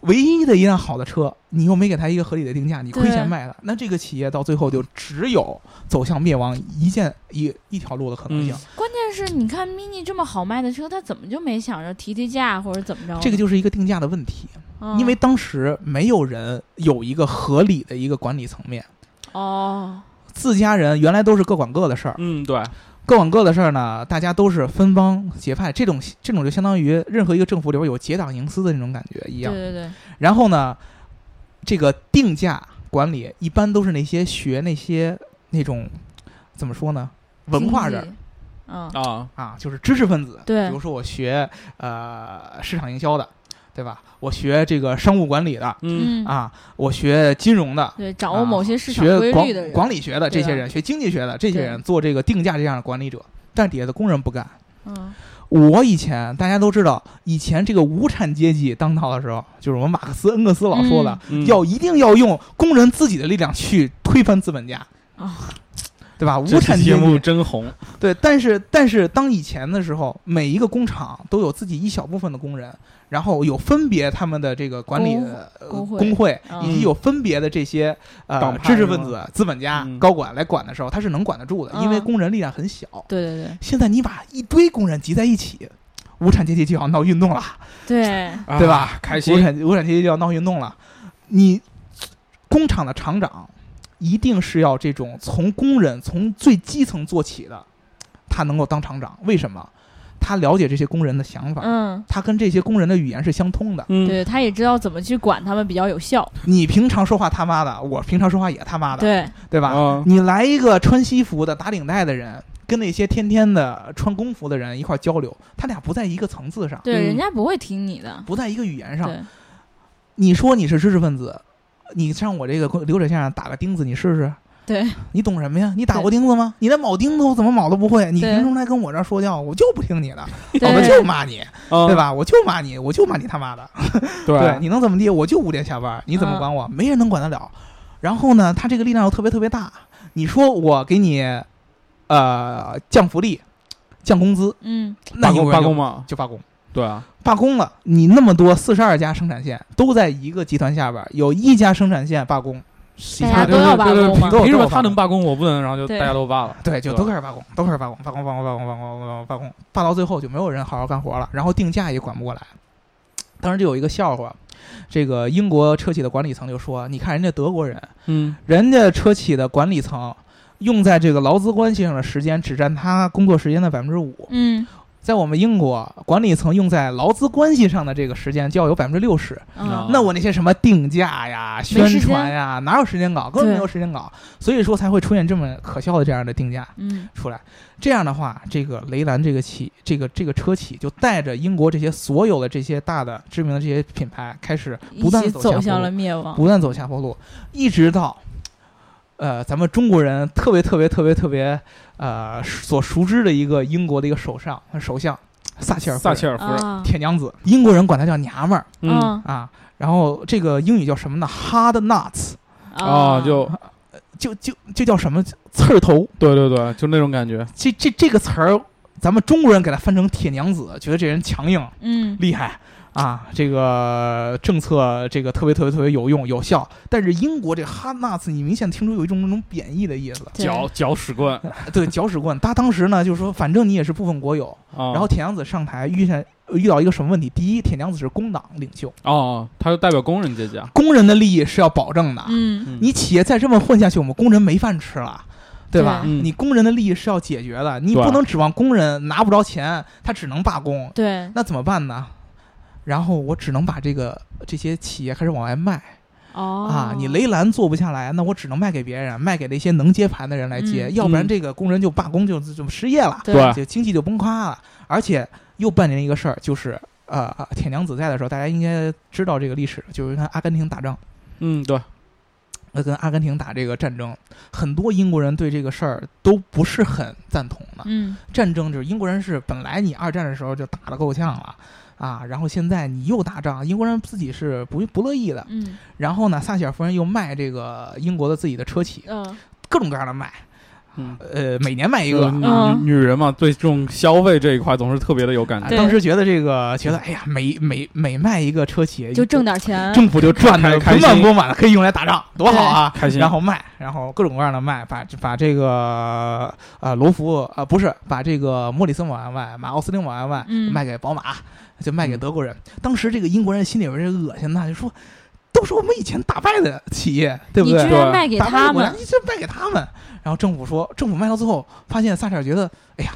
[SPEAKER 2] 唯一的一辆好的车，你又没给他一个合理的定价，你亏
[SPEAKER 1] 对
[SPEAKER 2] 钱卖了，那这个企业到最后就只有走向灭亡一件一一条路的可能性。
[SPEAKER 1] 关键是你看 mini 这么好卖的车，他怎么就没想着提提价或者怎么着？
[SPEAKER 2] 这个就是一个定价的问题，
[SPEAKER 1] 嗯
[SPEAKER 2] 因为当时没有人有一个合理的一个管理层面，
[SPEAKER 1] 哦，
[SPEAKER 2] 自家人原来都是各管各的事儿，
[SPEAKER 3] 嗯，对，
[SPEAKER 2] 各管各的事儿呢，大家都是分帮结派，这种这种就相当于任何一个政府里边有结党营私的那种感觉一
[SPEAKER 1] 对
[SPEAKER 2] 样。
[SPEAKER 1] 对对，
[SPEAKER 2] 然后呢，这个定价管理一般都是那些学那些那种怎么说呢，文化人
[SPEAKER 1] 经济，嗯，
[SPEAKER 3] 啊，
[SPEAKER 2] 啊，就是知识分子。
[SPEAKER 1] 对
[SPEAKER 2] 比如说我学呃市场营销的，对吧？我学这个商务管理的
[SPEAKER 3] 嗯
[SPEAKER 1] 嗯，
[SPEAKER 2] 啊，我学金融的。
[SPEAKER 1] 对，掌握某些市场
[SPEAKER 2] 啊学
[SPEAKER 1] 规
[SPEAKER 2] 管
[SPEAKER 1] 律的人，
[SPEAKER 2] 管理学的这
[SPEAKER 1] 对
[SPEAKER 2] 些
[SPEAKER 1] 吧
[SPEAKER 2] 人，学经济学的这些
[SPEAKER 1] 对
[SPEAKER 2] 人，做这个定价这样的管理者，但底下的工人不干。
[SPEAKER 1] 嗯，
[SPEAKER 2] 我以前大家都知道，以前这个无产阶级当道的时候，就是我们马克思、恩格斯老说的，
[SPEAKER 3] 嗯
[SPEAKER 2] 要一定要用工人自己的力量去推翻资本家，
[SPEAKER 1] 哦，
[SPEAKER 2] 对吧？无
[SPEAKER 3] 嗯这
[SPEAKER 2] 产
[SPEAKER 3] 期
[SPEAKER 2] 阶
[SPEAKER 3] 节目
[SPEAKER 2] 级
[SPEAKER 3] 真红，
[SPEAKER 2] 对，但是但是当以前的时候，每一个工厂都有自己一小部分的工人，然后有分别他们的这个管理
[SPEAKER 1] 工
[SPEAKER 2] 的呃
[SPEAKER 1] 工会
[SPEAKER 2] 工会，
[SPEAKER 1] 嗯
[SPEAKER 2] 以及有分别的这些呃
[SPEAKER 3] 党派
[SPEAKER 2] 知识
[SPEAKER 3] 是
[SPEAKER 2] 分
[SPEAKER 3] 吗
[SPEAKER 2] 子、资本家
[SPEAKER 3] 嗯、
[SPEAKER 2] 高管来管的时候，他是能管得住的，因为
[SPEAKER 1] 嗯
[SPEAKER 2] 工人力量很小。
[SPEAKER 1] 对对
[SPEAKER 2] 现在你把一堆工人集在一起，无产阶级就要闹运动了，
[SPEAKER 1] 对对，
[SPEAKER 2] 对吧
[SPEAKER 3] 啊？开
[SPEAKER 2] 无
[SPEAKER 3] 心，
[SPEAKER 2] 产无产阶级就要闹运动了。你工厂的厂长一定是要这种从工人从最基层做起的，他能够当厂长，为什么？他了解这些工人的想法。
[SPEAKER 1] 嗯，
[SPEAKER 2] 他跟这些工人的语言是相通的。
[SPEAKER 3] 嗯，
[SPEAKER 1] 对，他也知道怎么去管他们比较有效，
[SPEAKER 2] 你平常说话他妈的，我平常说话也他妈的，对
[SPEAKER 1] 对，
[SPEAKER 2] 吧？
[SPEAKER 3] 啊，
[SPEAKER 2] 你来一个穿西服的打领带的人，跟那些天天的穿工服的人一块儿交流，他俩不在一个层次上，
[SPEAKER 1] 对，
[SPEAKER 3] 嗯
[SPEAKER 1] 人家不会听你的，
[SPEAKER 2] 不在一个语言上。
[SPEAKER 1] 对，
[SPEAKER 2] 你说你是知识分子，你上我这个流水线上打个钉子，你试试。
[SPEAKER 1] 对，
[SPEAKER 2] 你懂什么呀？你打过钉子吗？你连铆钉都怎么铆都不会，你
[SPEAKER 1] 对
[SPEAKER 2] 凭什么来跟我这儿说教？我就不听你的，我
[SPEAKER 1] 对
[SPEAKER 2] 就骂你，对
[SPEAKER 3] 对？
[SPEAKER 2] 吧？我就骂你，我就骂你他妈的！对，
[SPEAKER 3] 哦啊对，啊
[SPEAKER 2] 你能怎么地？我就五点下班，你怎么管我？
[SPEAKER 1] 嗯
[SPEAKER 2] 没人能管得了。然后呢，他这个力量又特别特别大。你说我给你，呃，降福利、降工资，
[SPEAKER 1] 嗯，
[SPEAKER 2] 那
[SPEAKER 3] 罢
[SPEAKER 2] 你
[SPEAKER 3] 工
[SPEAKER 2] 永远
[SPEAKER 3] 罢
[SPEAKER 2] 就
[SPEAKER 3] 工嘛，
[SPEAKER 2] 就罢工。
[SPEAKER 3] 对啊，
[SPEAKER 2] 罢工了，你那么多四十二家生产线都在一个集团下边儿，有一家生产线罢工，其
[SPEAKER 1] 大家
[SPEAKER 2] 他
[SPEAKER 1] 都
[SPEAKER 2] 都
[SPEAKER 1] 要罢
[SPEAKER 3] 对对
[SPEAKER 1] 工吗
[SPEAKER 2] 都有
[SPEAKER 3] 凭什
[SPEAKER 2] 都
[SPEAKER 3] 么
[SPEAKER 2] 有罢
[SPEAKER 3] 他
[SPEAKER 2] 工
[SPEAKER 3] 能罢工，我不能？然后就
[SPEAKER 1] 对
[SPEAKER 3] 大家都罢了，
[SPEAKER 2] 对，就
[SPEAKER 3] 对
[SPEAKER 2] 都开始罢工，都开始罢工，罢工，罢工，罢工，罢工，罢工，罢工，罢工，罢到最后就没有人好好干活了，然后定价也管不过来。当时就有一个笑话，这个英国车企的管理层就说：“你看人家德国人，
[SPEAKER 3] 嗯，
[SPEAKER 2] 人家车企的管理层用在这个劳资关系上的时间只占他工作时间的百分之五，
[SPEAKER 1] 嗯，
[SPEAKER 2] 在我们英国，管理层用在劳资关系上的这个时间就要有百分之六十。”
[SPEAKER 1] 嗯
[SPEAKER 2] 那我那些什么定价呀、
[SPEAKER 1] 没时
[SPEAKER 2] 宣
[SPEAKER 1] 间
[SPEAKER 2] 传呀，哪有时间搞？根本没有时间搞，所以说才会出现这么可笑的这样的定价
[SPEAKER 1] 嗯，
[SPEAKER 2] 出来。这样的话，这个雷兰这个企，这个这个车企就带着英国这些所有的这些大的知名的这些品牌，开始不
[SPEAKER 1] 一
[SPEAKER 2] 断
[SPEAKER 1] 起
[SPEAKER 2] 走下
[SPEAKER 1] 走
[SPEAKER 2] 坡
[SPEAKER 1] 向了
[SPEAKER 2] 路，
[SPEAKER 1] 灭亡，
[SPEAKER 2] 不断走下坡路，一直到。呃，咱们中国人特别特别特别特别，呃，所熟知的一个英国的一个首相，首相撒切尔夫
[SPEAKER 3] 撒
[SPEAKER 2] 人，
[SPEAKER 3] 切尔夫人，
[SPEAKER 1] 啊，
[SPEAKER 2] 铁娘子，英国人管她叫娘们儿，
[SPEAKER 3] 嗯，
[SPEAKER 1] 嗯，
[SPEAKER 2] 啊，然后这个英语叫什么呢？Hard nuts，
[SPEAKER 3] 啊，就
[SPEAKER 2] 就就就叫什么刺儿头。
[SPEAKER 3] 对对对，就那种感觉，
[SPEAKER 2] 这这这个词儿，咱们中国人给它翻成铁娘子，觉得这人强硬
[SPEAKER 1] 嗯，
[SPEAKER 2] 厉害啊，这个政策这个特别特别特别有用有效。但是英国这 hard nuts，你明显听出有一种那种贬义的意思，
[SPEAKER 1] 对
[SPEAKER 3] 搅搅屎棍
[SPEAKER 2] 对，搅屎棍。他当时呢就说，反正你也是部分国有。
[SPEAKER 3] 啊，
[SPEAKER 2] 然后铁娘子上台遇见遇到一个什么问题？第一，铁娘子是工党领袖，
[SPEAKER 3] 哦，他就代表工人阶级啊，
[SPEAKER 2] 工人的利益是要保证的。
[SPEAKER 1] 嗯，
[SPEAKER 3] 嗯
[SPEAKER 2] 你企业再这么混下去，我们工人没饭吃了，对吧？
[SPEAKER 3] 对嗯
[SPEAKER 2] 你工人的利益是要解决的，你
[SPEAKER 3] 对
[SPEAKER 2] 不能指望工人拿不着钱，他只能罢工，
[SPEAKER 1] 对，
[SPEAKER 2] 那怎么办呢？然后我只能把这个这些企业开始往外卖、
[SPEAKER 1] 哦，
[SPEAKER 2] 啊，你雷兰做不下来，那我只能卖给别人，卖给那些能接盘的人来接，
[SPEAKER 1] 嗯
[SPEAKER 2] 要不然
[SPEAKER 3] 嗯
[SPEAKER 2] 这个工人就罢工就就失业了，
[SPEAKER 1] 对
[SPEAKER 3] 对
[SPEAKER 2] 就经济就崩垮了。而且又伴临一个事儿，就是呃，铁娘子在的时候，大家应该知道这个历史，就是跟阿根廷打仗。
[SPEAKER 3] 嗯，对，
[SPEAKER 2] 呃，跟阿根廷打这个战争，很多英国人对这个事儿都不是很赞同的。
[SPEAKER 1] 嗯，
[SPEAKER 2] 战争就是英国人是本来你二战的时候就打得够呛了啊，然后现在你又打仗，英国人自己是不不乐意的。
[SPEAKER 1] 嗯，
[SPEAKER 2] 然后呢，撒切尔夫人又卖这个英国的自己的车企，
[SPEAKER 1] 嗯，
[SPEAKER 2] 各种各样的卖。
[SPEAKER 3] 嗯
[SPEAKER 2] 呃，每年卖一个。
[SPEAKER 3] 女
[SPEAKER 1] 嗯
[SPEAKER 3] 女人嘛，对这种消费这一块总是特别的有感
[SPEAKER 2] 啊
[SPEAKER 3] 觉。
[SPEAKER 1] 对
[SPEAKER 2] 当时觉得这个，觉得哎呀，每每每卖一个车企，
[SPEAKER 1] 就挣点钱，
[SPEAKER 2] 政府就赚的
[SPEAKER 3] 开开
[SPEAKER 2] 盆
[SPEAKER 3] 心
[SPEAKER 2] 满钵满的，可以用来打仗，多好啊！
[SPEAKER 3] 对开心
[SPEAKER 2] 然后卖，然后各种各样的卖，把把这个呃罗孚啊、呃不是把这个莫里森往外卖，把奥斯汀往外卖，
[SPEAKER 1] 嗯
[SPEAKER 2] 卖给宝马，就卖给
[SPEAKER 3] 嗯
[SPEAKER 2] 德国人。当时这个英国人心里边儿就恶心呐，就说都是我们以前打败的企业，对不
[SPEAKER 1] 你
[SPEAKER 2] 对？
[SPEAKER 1] 居然卖给
[SPEAKER 2] 打败
[SPEAKER 1] 他
[SPEAKER 2] 我
[SPEAKER 1] 们，
[SPEAKER 2] 你这卖给他们。然后政府说，政府卖到最后发现撒切尔觉得，哎呀，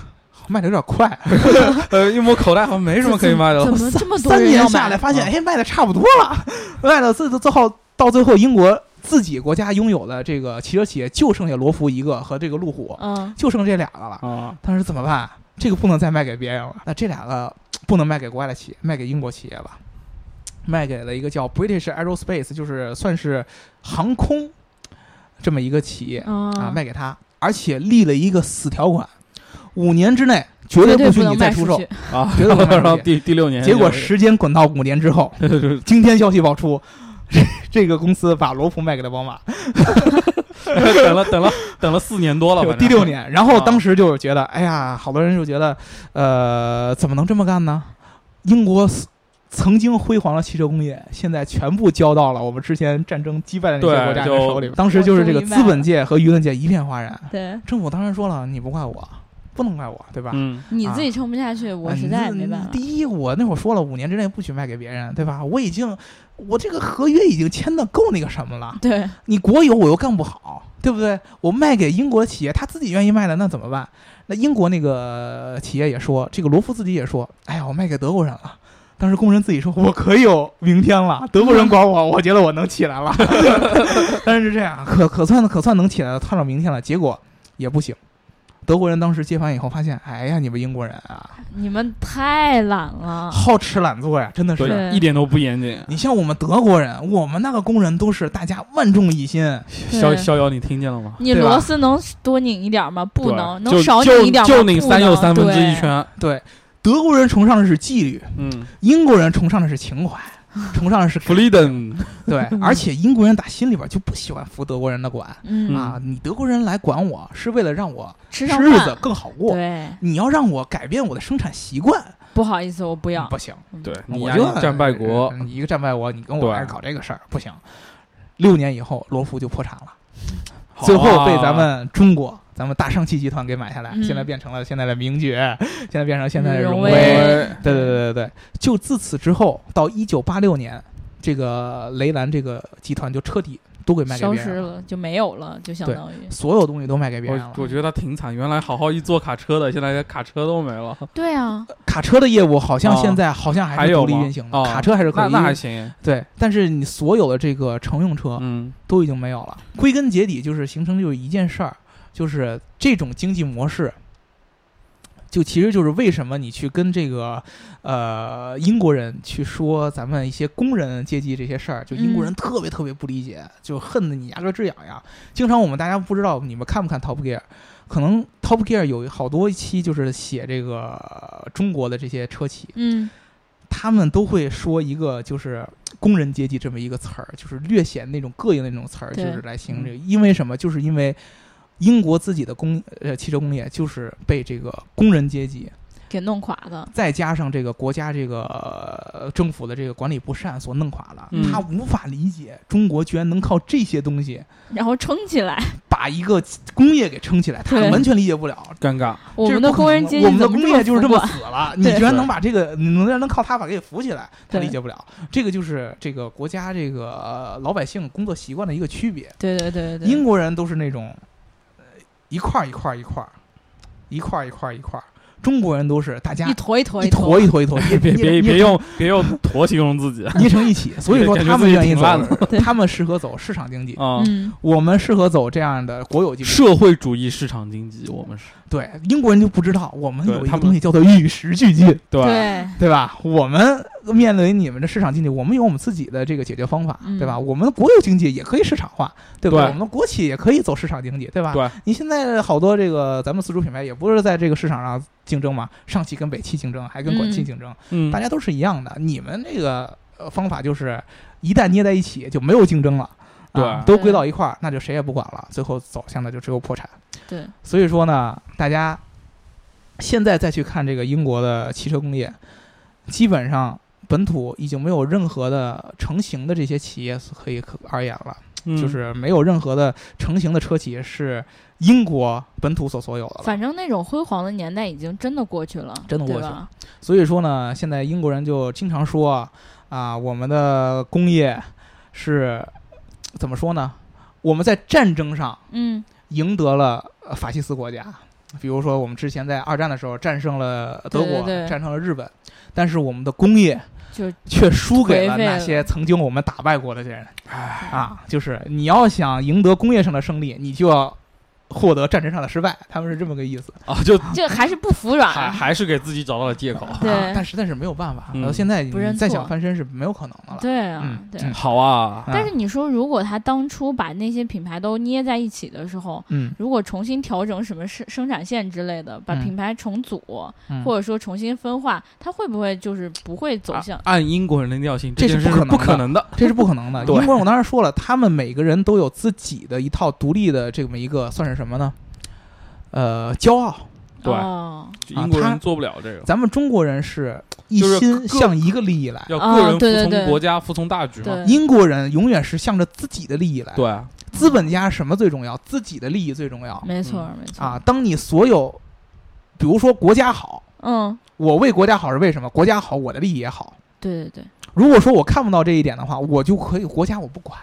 [SPEAKER 2] 卖的有点快，
[SPEAKER 3] 呃，因为我口袋好像没什么可以卖的
[SPEAKER 1] 怎
[SPEAKER 3] 了。
[SPEAKER 1] 么这么多
[SPEAKER 2] 三
[SPEAKER 1] 人要
[SPEAKER 2] 年下来
[SPEAKER 1] 买？啊
[SPEAKER 2] 发现，
[SPEAKER 3] 嗯
[SPEAKER 2] 哎，卖的差不多了，卖到最最后到最后，英国自己国家拥有的这个汽车企业就剩下罗孚一个和这个路虎，
[SPEAKER 1] 嗯，
[SPEAKER 2] 就剩这俩个了。
[SPEAKER 3] 啊，
[SPEAKER 2] 当时怎么办？这个不能再卖给别人了，那这两个不能卖给国外的企业，卖给英国企业吧，卖给了一个叫 British Aerospace，就是算是航空这么一个企业啊，
[SPEAKER 1] 啊
[SPEAKER 2] 卖给他，而且立了一个死条款，五年之内绝
[SPEAKER 1] 绝
[SPEAKER 2] 不
[SPEAKER 1] 不
[SPEAKER 2] 许你
[SPEAKER 1] 能
[SPEAKER 2] 再
[SPEAKER 1] 卖
[SPEAKER 2] 出
[SPEAKER 1] 出
[SPEAKER 2] 售
[SPEAKER 1] 去。
[SPEAKER 3] 啊，
[SPEAKER 2] 绝对不能卖出去
[SPEAKER 3] 然后第第六年，
[SPEAKER 2] 结果 时间滚到五年之后，
[SPEAKER 3] 就是
[SPEAKER 2] 今天消息爆出，这个公司把罗孚卖给了宝马，
[SPEAKER 3] 等了等了等了四年多了，
[SPEAKER 2] 就
[SPEAKER 3] 反正
[SPEAKER 2] 第六年。然
[SPEAKER 3] 啊
[SPEAKER 2] 后当时就觉得，哎呀，好多人就觉得，呃，怎么能这么干呢？英国是曾经辉煌的汽车工业，现在全部交到了我们之前战争击败的那些
[SPEAKER 3] 对
[SPEAKER 2] 国家人
[SPEAKER 3] 就
[SPEAKER 2] 手里边。当时就是这个资本界和舆论界一片哗然。
[SPEAKER 1] 对
[SPEAKER 2] 政府当然说了，你不怪我，不能怪我，对吧？
[SPEAKER 3] 嗯，
[SPEAKER 1] 你自己撑不下去，我
[SPEAKER 2] 啊
[SPEAKER 1] 实
[SPEAKER 2] 你
[SPEAKER 1] 在也
[SPEAKER 2] 这
[SPEAKER 1] 没办法。
[SPEAKER 2] 第一，我那会儿说了，五年之内不许卖给别人，对吧？我已经，我这个合约已经签的够那个什么了。
[SPEAKER 1] 对，
[SPEAKER 2] 你国有我又干不好，对不对？我卖给英国企业，他自己愿意卖的，那怎么办？那英国那个企业也说，这个罗孚自己也说，哎呀，我卖给德国人了。当时工人自己说，我可有明天了，德国人管我，我觉得我能起来了。 但是这样，可可算的可算能起来了，看到明天了，结果也不行。德国人当时接盘以后发现，哎呀，你们英国人啊，
[SPEAKER 1] 你们太懒了，
[SPEAKER 2] 好吃懒做呀，真的是。
[SPEAKER 1] 啊对
[SPEAKER 3] 对，一点都不严谨。
[SPEAKER 2] 你像我们德国人，我们那个工人都是大家万众一心，
[SPEAKER 3] 逍逍遥，你听见了吗？
[SPEAKER 1] 你
[SPEAKER 2] 对吧
[SPEAKER 1] 螺丝能多拧一点吗？不
[SPEAKER 3] 对
[SPEAKER 1] 能，
[SPEAKER 3] 就
[SPEAKER 1] 能少
[SPEAKER 3] 就
[SPEAKER 1] 拧一点吗？
[SPEAKER 3] 就拧
[SPEAKER 1] 不
[SPEAKER 3] 三又
[SPEAKER 1] 能
[SPEAKER 3] 三分之
[SPEAKER 1] 对
[SPEAKER 3] 一圈。
[SPEAKER 2] 对，德国人崇尚的是纪律，
[SPEAKER 3] 嗯
[SPEAKER 2] 英国人崇尚的是 情怀，崇尚的是
[SPEAKER 3] ，freedom，
[SPEAKER 2] 对，而且英国人打心里边就不喜欢服德国人的管、
[SPEAKER 1] 嗯，
[SPEAKER 2] 啊！你德国人来管我是为了让我
[SPEAKER 1] 吃
[SPEAKER 2] 吃
[SPEAKER 1] 上
[SPEAKER 2] 日
[SPEAKER 1] 饭
[SPEAKER 2] 子更好过，
[SPEAKER 1] 对，
[SPEAKER 2] 你要让我改变我的生产习惯，
[SPEAKER 1] 不好意思，我不要。
[SPEAKER 2] 不行，
[SPEAKER 3] 对，你
[SPEAKER 2] 我
[SPEAKER 3] 呀
[SPEAKER 2] 就
[SPEAKER 3] 你战败国，
[SPEAKER 2] 嗯一个战败国，你跟我
[SPEAKER 3] 对
[SPEAKER 2] 还是搞这个事儿不行。六年以后，罗孚就破产了，
[SPEAKER 3] 好啊
[SPEAKER 2] 最后被咱们中国。咱们大上汽集团给买下来，
[SPEAKER 1] 嗯
[SPEAKER 2] 现在变成了现在的名爵，现在变成现在的
[SPEAKER 1] 嗯
[SPEAKER 2] 荣
[SPEAKER 1] 荣
[SPEAKER 2] 威，
[SPEAKER 1] 威
[SPEAKER 2] 对对对对对，就自此之后到一九八六年，这个雷兰这个集团就彻底都给卖给
[SPEAKER 1] 消
[SPEAKER 2] 别
[SPEAKER 1] 失
[SPEAKER 2] 人了，
[SPEAKER 1] 了就没有了，就相
[SPEAKER 2] 对
[SPEAKER 1] 当于
[SPEAKER 2] 所有东西都卖给别人
[SPEAKER 3] 我
[SPEAKER 2] 了。
[SPEAKER 3] 我觉得他挺惨，原来好好一做卡车的，现在连卡车都没了，
[SPEAKER 1] 对啊，
[SPEAKER 2] 卡车的业务好像
[SPEAKER 3] 哦
[SPEAKER 2] 现在好像还
[SPEAKER 3] 还
[SPEAKER 2] 是独
[SPEAKER 3] 有
[SPEAKER 2] 立
[SPEAKER 3] 吗
[SPEAKER 2] 运行的，
[SPEAKER 3] 哦
[SPEAKER 2] 卡车还是可
[SPEAKER 3] 那
[SPEAKER 2] 以
[SPEAKER 3] 那还行，
[SPEAKER 2] 对，但是你所有的这个乘用车
[SPEAKER 3] 嗯，
[SPEAKER 2] 都已经没有了。归根结底就是形成就是一件事儿，就是这种经济模式。就其实就是为什么你去跟这个，呃，英国人去说咱们一些工人阶级这些事儿，就英国人
[SPEAKER 1] 嗯
[SPEAKER 2] 特别特别不理解，就恨得你牙根儿直痒痒。经常我们大家不知道你们看不看 Top Gear，可能 Top Gear 有好多期就是写这个呃中国的这些车企，
[SPEAKER 1] 嗯，
[SPEAKER 2] 他们都会说一个就是工人阶级这么一个词儿，就是略显那种膈应的那种词儿，就
[SPEAKER 1] 对
[SPEAKER 2] 是来形容这个。因为什么？就是因为英国自己的工呃汽车工业就是被这个工人阶级，
[SPEAKER 1] 给弄垮的，
[SPEAKER 2] 再加上这个国家这个、呃政府的这个管理不善所弄垮了。
[SPEAKER 3] 嗯
[SPEAKER 2] 他无法理解中国居然能靠这些东西
[SPEAKER 1] 然后撑起来。
[SPEAKER 2] 把一个工业给撑起来，他
[SPEAKER 1] 对
[SPEAKER 2] 完全理解不了。
[SPEAKER 3] 尴尬，
[SPEAKER 1] 我
[SPEAKER 2] 这是
[SPEAKER 1] 们的
[SPEAKER 2] 不可
[SPEAKER 1] 工人
[SPEAKER 2] 能
[SPEAKER 1] 阶
[SPEAKER 2] 我
[SPEAKER 1] 级
[SPEAKER 2] 们的
[SPEAKER 1] 怎么
[SPEAKER 2] 工
[SPEAKER 1] 这
[SPEAKER 2] 业
[SPEAKER 1] 么
[SPEAKER 2] 就是这
[SPEAKER 1] 浮
[SPEAKER 2] 么
[SPEAKER 1] 夸？
[SPEAKER 2] 死 了，你
[SPEAKER 1] 对
[SPEAKER 2] 居然能把这个，你能能靠它把它给扶起来，他
[SPEAKER 1] 对
[SPEAKER 2] 理解不了。这个就是这个国家这个呃老百姓工作习惯的一个区别。
[SPEAKER 1] 对对对对对，
[SPEAKER 2] 英国人都是那种呃一块儿一块儿一块儿，一块儿一块儿一块儿，中国人都是大家
[SPEAKER 1] 一坨一坨
[SPEAKER 2] 一
[SPEAKER 1] 坨
[SPEAKER 2] 坨一坨一坨，
[SPEAKER 3] 别别别别
[SPEAKER 2] 用
[SPEAKER 3] 用别用坨形容自 己啊
[SPEAKER 2] 捏成一起。所以说
[SPEAKER 3] 感觉
[SPEAKER 2] 他们
[SPEAKER 3] 自己
[SPEAKER 2] 愿意
[SPEAKER 3] 挺
[SPEAKER 2] 走
[SPEAKER 3] 烂，
[SPEAKER 1] 对
[SPEAKER 2] 他们适合走市场经济，
[SPEAKER 3] 啊，
[SPEAKER 1] 嗯，
[SPEAKER 2] 我们适合走这样的国有经济。
[SPEAKER 3] 社会主义市场经济，我们是
[SPEAKER 2] 对英国人就不知道，我们
[SPEAKER 3] 对
[SPEAKER 2] 有一
[SPEAKER 3] 他
[SPEAKER 2] 个
[SPEAKER 3] 们
[SPEAKER 2] 东西叫做与时俱进。
[SPEAKER 3] 对，
[SPEAKER 1] 对，
[SPEAKER 2] 对吧？我们面对你们的市场经济，我们有我们自己的这个解决方法，
[SPEAKER 1] 嗯
[SPEAKER 2] 对吧？我们的国有经济也可以市场化，对吧？
[SPEAKER 3] 对
[SPEAKER 2] 我们的国企也可以走市场经济，对吧？
[SPEAKER 3] 对
[SPEAKER 2] 你现在好多这个咱们自主品牌也不是在这个市场上竞争嘛，上汽跟北汽竞争，还跟广汽
[SPEAKER 1] 嗯
[SPEAKER 2] 竞争，
[SPEAKER 3] 嗯
[SPEAKER 2] 大，家都是一样的。你们这个呃方法就是一旦捏在一起就没有竞争了。啊
[SPEAKER 3] 对
[SPEAKER 2] 都归到一块儿，那就谁也不管了，最后走向的就只有破产。
[SPEAKER 1] 对，
[SPEAKER 2] 所以说呢，大家现在再去看这个英国的汽车工业，基本上本土已经没有任何的成型的这些企业可以可而言了，
[SPEAKER 3] 嗯
[SPEAKER 2] 就是没有任何的成型的车企是英国本土所所有的了。
[SPEAKER 1] 反正那种辉煌的年代已经真的过去了，
[SPEAKER 2] 真的过
[SPEAKER 1] 对
[SPEAKER 2] 去
[SPEAKER 1] 吧。
[SPEAKER 2] 所以说呢，现在英国人就经常说啊，我们的工业是怎么说呢？我们在战争上
[SPEAKER 1] 嗯，
[SPEAKER 2] 赢得了呃法西斯国家，比如说我们之前在二战的时候战胜了德国，
[SPEAKER 1] 对对对
[SPEAKER 2] 战胜了日本，但是我们的工业
[SPEAKER 1] 就
[SPEAKER 2] 却输给了
[SPEAKER 1] 颓废
[SPEAKER 2] 那
[SPEAKER 1] 了
[SPEAKER 2] 些曾经我们打败过的这些人。啊，就是你要想赢得工业上的胜利，你就要获得战争上的失败，他们是这么个意思。
[SPEAKER 3] 啊，就
[SPEAKER 1] 这还是不服软
[SPEAKER 3] 还
[SPEAKER 1] 啊。
[SPEAKER 3] 还是给自己找到了借 口。
[SPEAKER 1] 对
[SPEAKER 2] 啊但实在是没有办法，
[SPEAKER 3] 嗯
[SPEAKER 2] 到现在你
[SPEAKER 1] 不认错
[SPEAKER 2] 再想翻身是没有可能的了。
[SPEAKER 1] 对啊
[SPEAKER 2] 嗯，
[SPEAKER 1] 对
[SPEAKER 2] 嗯
[SPEAKER 1] 啊。
[SPEAKER 3] 好啊，
[SPEAKER 1] 但是你说，如果他当初把那些品牌都捏在一起的时候，
[SPEAKER 2] 嗯，
[SPEAKER 1] 如果重新调整什么生生产线之类的，把
[SPEAKER 2] 嗯
[SPEAKER 1] 品牌重组，
[SPEAKER 2] 嗯
[SPEAKER 1] 或者说重新分化，它会不会就是不会走向？
[SPEAKER 3] 啊
[SPEAKER 2] 啊
[SPEAKER 3] 按英国人的尿性，
[SPEAKER 2] 这
[SPEAKER 3] 件
[SPEAKER 2] 是
[SPEAKER 3] 事
[SPEAKER 2] 不可能的啊
[SPEAKER 3] 不可能的。
[SPEAKER 2] 这是不可能的。
[SPEAKER 3] 对
[SPEAKER 2] 英国人我当时说了，他们每个人都有自己的一套独立的这么一个算是什么呢？呃，骄傲。
[SPEAKER 3] 对
[SPEAKER 1] 哦、
[SPEAKER 3] 就英国
[SPEAKER 2] 啊
[SPEAKER 3] 人
[SPEAKER 2] 他
[SPEAKER 3] 做不了这个，
[SPEAKER 2] 咱们中国人是一
[SPEAKER 3] 就是
[SPEAKER 2] 心
[SPEAKER 3] 各
[SPEAKER 2] 向一个利益来，
[SPEAKER 3] 要
[SPEAKER 1] 啊
[SPEAKER 3] 个人
[SPEAKER 1] 对对
[SPEAKER 3] 服
[SPEAKER 1] 对
[SPEAKER 3] 从国家，服从大局嘛。
[SPEAKER 1] 对，
[SPEAKER 2] 英国人永远是向着自己的利益来。
[SPEAKER 3] 对啊，
[SPEAKER 2] 资本家什么最重要？自己的利益最重要
[SPEAKER 1] 没错、
[SPEAKER 3] 嗯
[SPEAKER 1] 没错
[SPEAKER 2] 啊！，当你所有，比如说国家好，
[SPEAKER 1] 嗯，
[SPEAKER 2] 我为国家好是为什么？国家好，我的利益也好。
[SPEAKER 1] 对对对，
[SPEAKER 2] 如果说我看不到这一点的话，我就可以国家我不管，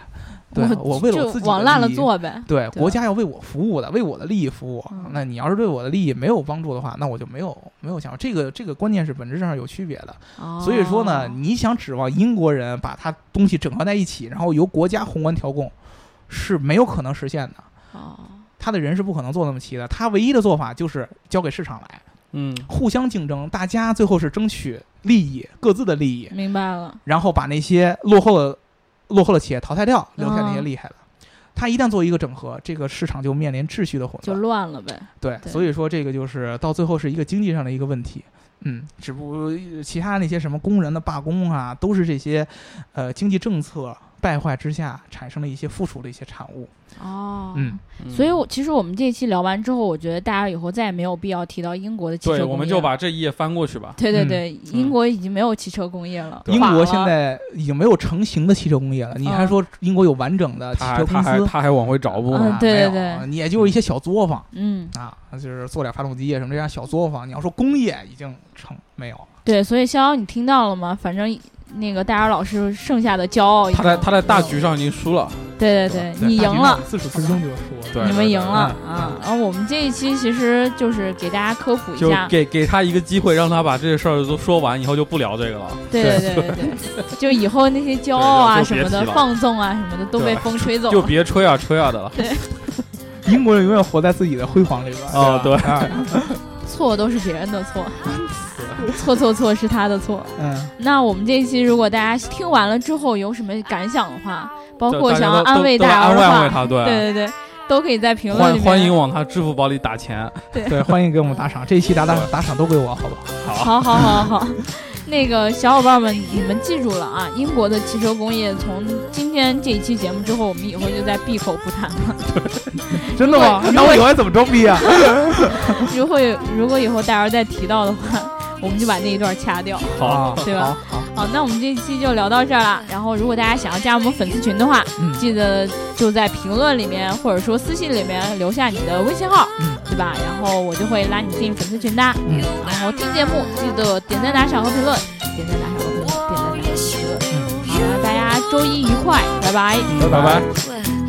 [SPEAKER 2] 对啊
[SPEAKER 1] 我
[SPEAKER 2] 我为了
[SPEAKER 1] 就
[SPEAKER 2] 我自己的
[SPEAKER 1] 往烂了
[SPEAKER 2] 利益
[SPEAKER 1] 做呗。
[SPEAKER 2] 对，
[SPEAKER 1] 对啊
[SPEAKER 2] 国家要为我服务的，为我的利益服务
[SPEAKER 1] 嗯。
[SPEAKER 2] 那你要是对我的利益没有帮助的话，那我就没有没有想法这个这个观念是本质上有区别的。所以说呢，
[SPEAKER 1] 哦
[SPEAKER 2] 你想指望英国人把他东西整合在一起，然后由国家宏观调控，是没有可能实现的。
[SPEAKER 1] 哦，
[SPEAKER 2] 他的人是不可能做那么齐的，他唯一的做法就是交给市场来，
[SPEAKER 3] 嗯，
[SPEAKER 2] 互相竞争，大家最后是争取利益，各自的利益，
[SPEAKER 1] 明白了，
[SPEAKER 2] 然后把那些落后的落后的企业淘汰掉，留下那些
[SPEAKER 1] 嗯
[SPEAKER 2] 厉害的。他一旦做一个整合，这个市场就面临秩序的混
[SPEAKER 1] 就
[SPEAKER 2] 乱。
[SPEAKER 1] 乱了呗。
[SPEAKER 2] 对，
[SPEAKER 1] 对
[SPEAKER 2] 所以说这个就是到最后是一个经济上的一个问题。嗯，只不过其他那些什么工人的罢工啊，都是这些，呃，经济政策败坏之下产生的一些附属的一些产物。
[SPEAKER 1] 哦，
[SPEAKER 2] 嗯，
[SPEAKER 1] 所以我其实我们这一期聊完之后，我觉得大家以后再也没有必要提到英国的汽车
[SPEAKER 3] 对，
[SPEAKER 1] 工业。
[SPEAKER 3] 我们就把这一页翻过去吧。
[SPEAKER 1] 对对
[SPEAKER 2] 嗯
[SPEAKER 1] 对，英国已经没有汽车工业了，
[SPEAKER 2] 英
[SPEAKER 1] 垮
[SPEAKER 2] 国
[SPEAKER 1] 了
[SPEAKER 2] 现在已经没有成型的汽车工业了，你还
[SPEAKER 1] 嗯
[SPEAKER 2] 说英国有完整的汽
[SPEAKER 3] 他还
[SPEAKER 2] 车
[SPEAKER 3] 他
[SPEAKER 2] 公
[SPEAKER 3] 啊还
[SPEAKER 2] 司？
[SPEAKER 3] 他还往回找不
[SPEAKER 1] 嗯
[SPEAKER 3] 嘛？
[SPEAKER 1] 对
[SPEAKER 2] 没有啊
[SPEAKER 1] 对
[SPEAKER 2] 你也就是一些小作坊。
[SPEAKER 1] 嗯，
[SPEAKER 2] 啊，就是做点发动机啊什么这样小作坊。你要说工业已经成没有了，
[SPEAKER 1] 对，所以逍遥你听到了吗？反正那个戴尔老师剩下的骄傲已经，
[SPEAKER 3] 他在他在大局上已经输了，
[SPEAKER 1] 对对对，你赢了。，
[SPEAKER 2] 自始至终就输了。
[SPEAKER 3] 对嗯
[SPEAKER 1] 你们赢了
[SPEAKER 2] 对
[SPEAKER 1] 啊！然后我们这一期其实就是给大家科普一
[SPEAKER 3] 就
[SPEAKER 1] 下，
[SPEAKER 3] 给给他一个机会，让他把这些事儿都说完，以后就不聊这个了。
[SPEAKER 1] 对对对对对，就以后那些骄傲啊
[SPEAKER 3] 对就
[SPEAKER 1] 什么的
[SPEAKER 3] 别提、了
[SPEAKER 1] 放纵啊什么的都被
[SPEAKER 3] 对
[SPEAKER 1] 风吹走
[SPEAKER 3] 就
[SPEAKER 1] 了。
[SPEAKER 3] 别吹啊吹啊的了。
[SPEAKER 2] 英国人永远活在自己的辉煌里边。
[SPEAKER 3] 哦
[SPEAKER 2] 对吧，啊
[SPEAKER 1] 错都是别人的 错，错错错是他的错。
[SPEAKER 2] 嗯，
[SPEAKER 1] 那我们这一期如果大家听完了之后有什么感想的话，包
[SPEAKER 3] 就
[SPEAKER 1] 括
[SPEAKER 3] 大家
[SPEAKER 1] 想
[SPEAKER 3] 都
[SPEAKER 1] 要安慰
[SPEAKER 3] 都都
[SPEAKER 1] 大
[SPEAKER 3] 安
[SPEAKER 1] 姚
[SPEAKER 3] 慰
[SPEAKER 1] 的
[SPEAKER 3] 安
[SPEAKER 1] 话，
[SPEAKER 3] 慰他，对啊
[SPEAKER 1] 对对对，都可以在评论里
[SPEAKER 3] 欢
[SPEAKER 1] 面。
[SPEAKER 3] 欢迎往他支付宝里打钱。
[SPEAKER 2] 对，欢迎给我们打赏，这一期打打打赏都给我，好不好？
[SPEAKER 3] 好，
[SPEAKER 1] 好好好好， 那个小伙伴们，你们记住了啊！英国的汽车工业从今天这一期节目之后，我们以后就再闭口不谈了。
[SPEAKER 2] 真的吗？那我以后还怎么装逼啊？
[SPEAKER 1] 如果有如果以后大姚再提到的话，我们就把那一段掐掉。
[SPEAKER 2] 啊
[SPEAKER 3] 好，
[SPEAKER 1] 对吧
[SPEAKER 2] 好，好，
[SPEAKER 1] 好，那我们这一期就聊到这儿了。然后，如果大家想要加我们粉丝群的话，
[SPEAKER 2] 嗯
[SPEAKER 1] 记得就在评论里面或者说私信里面留下你的微信号，
[SPEAKER 2] 嗯
[SPEAKER 1] 对吧？然后我就会拉你进粉丝群的。
[SPEAKER 2] 嗯
[SPEAKER 1] 然后听节目记得点赞、打赏和评论，点赞、打赏和嗯评论，点赞、打赏和评论。好了，大家周一愉快，拜拜。
[SPEAKER 2] 拜
[SPEAKER 3] 拜拜。
[SPEAKER 4] sweat.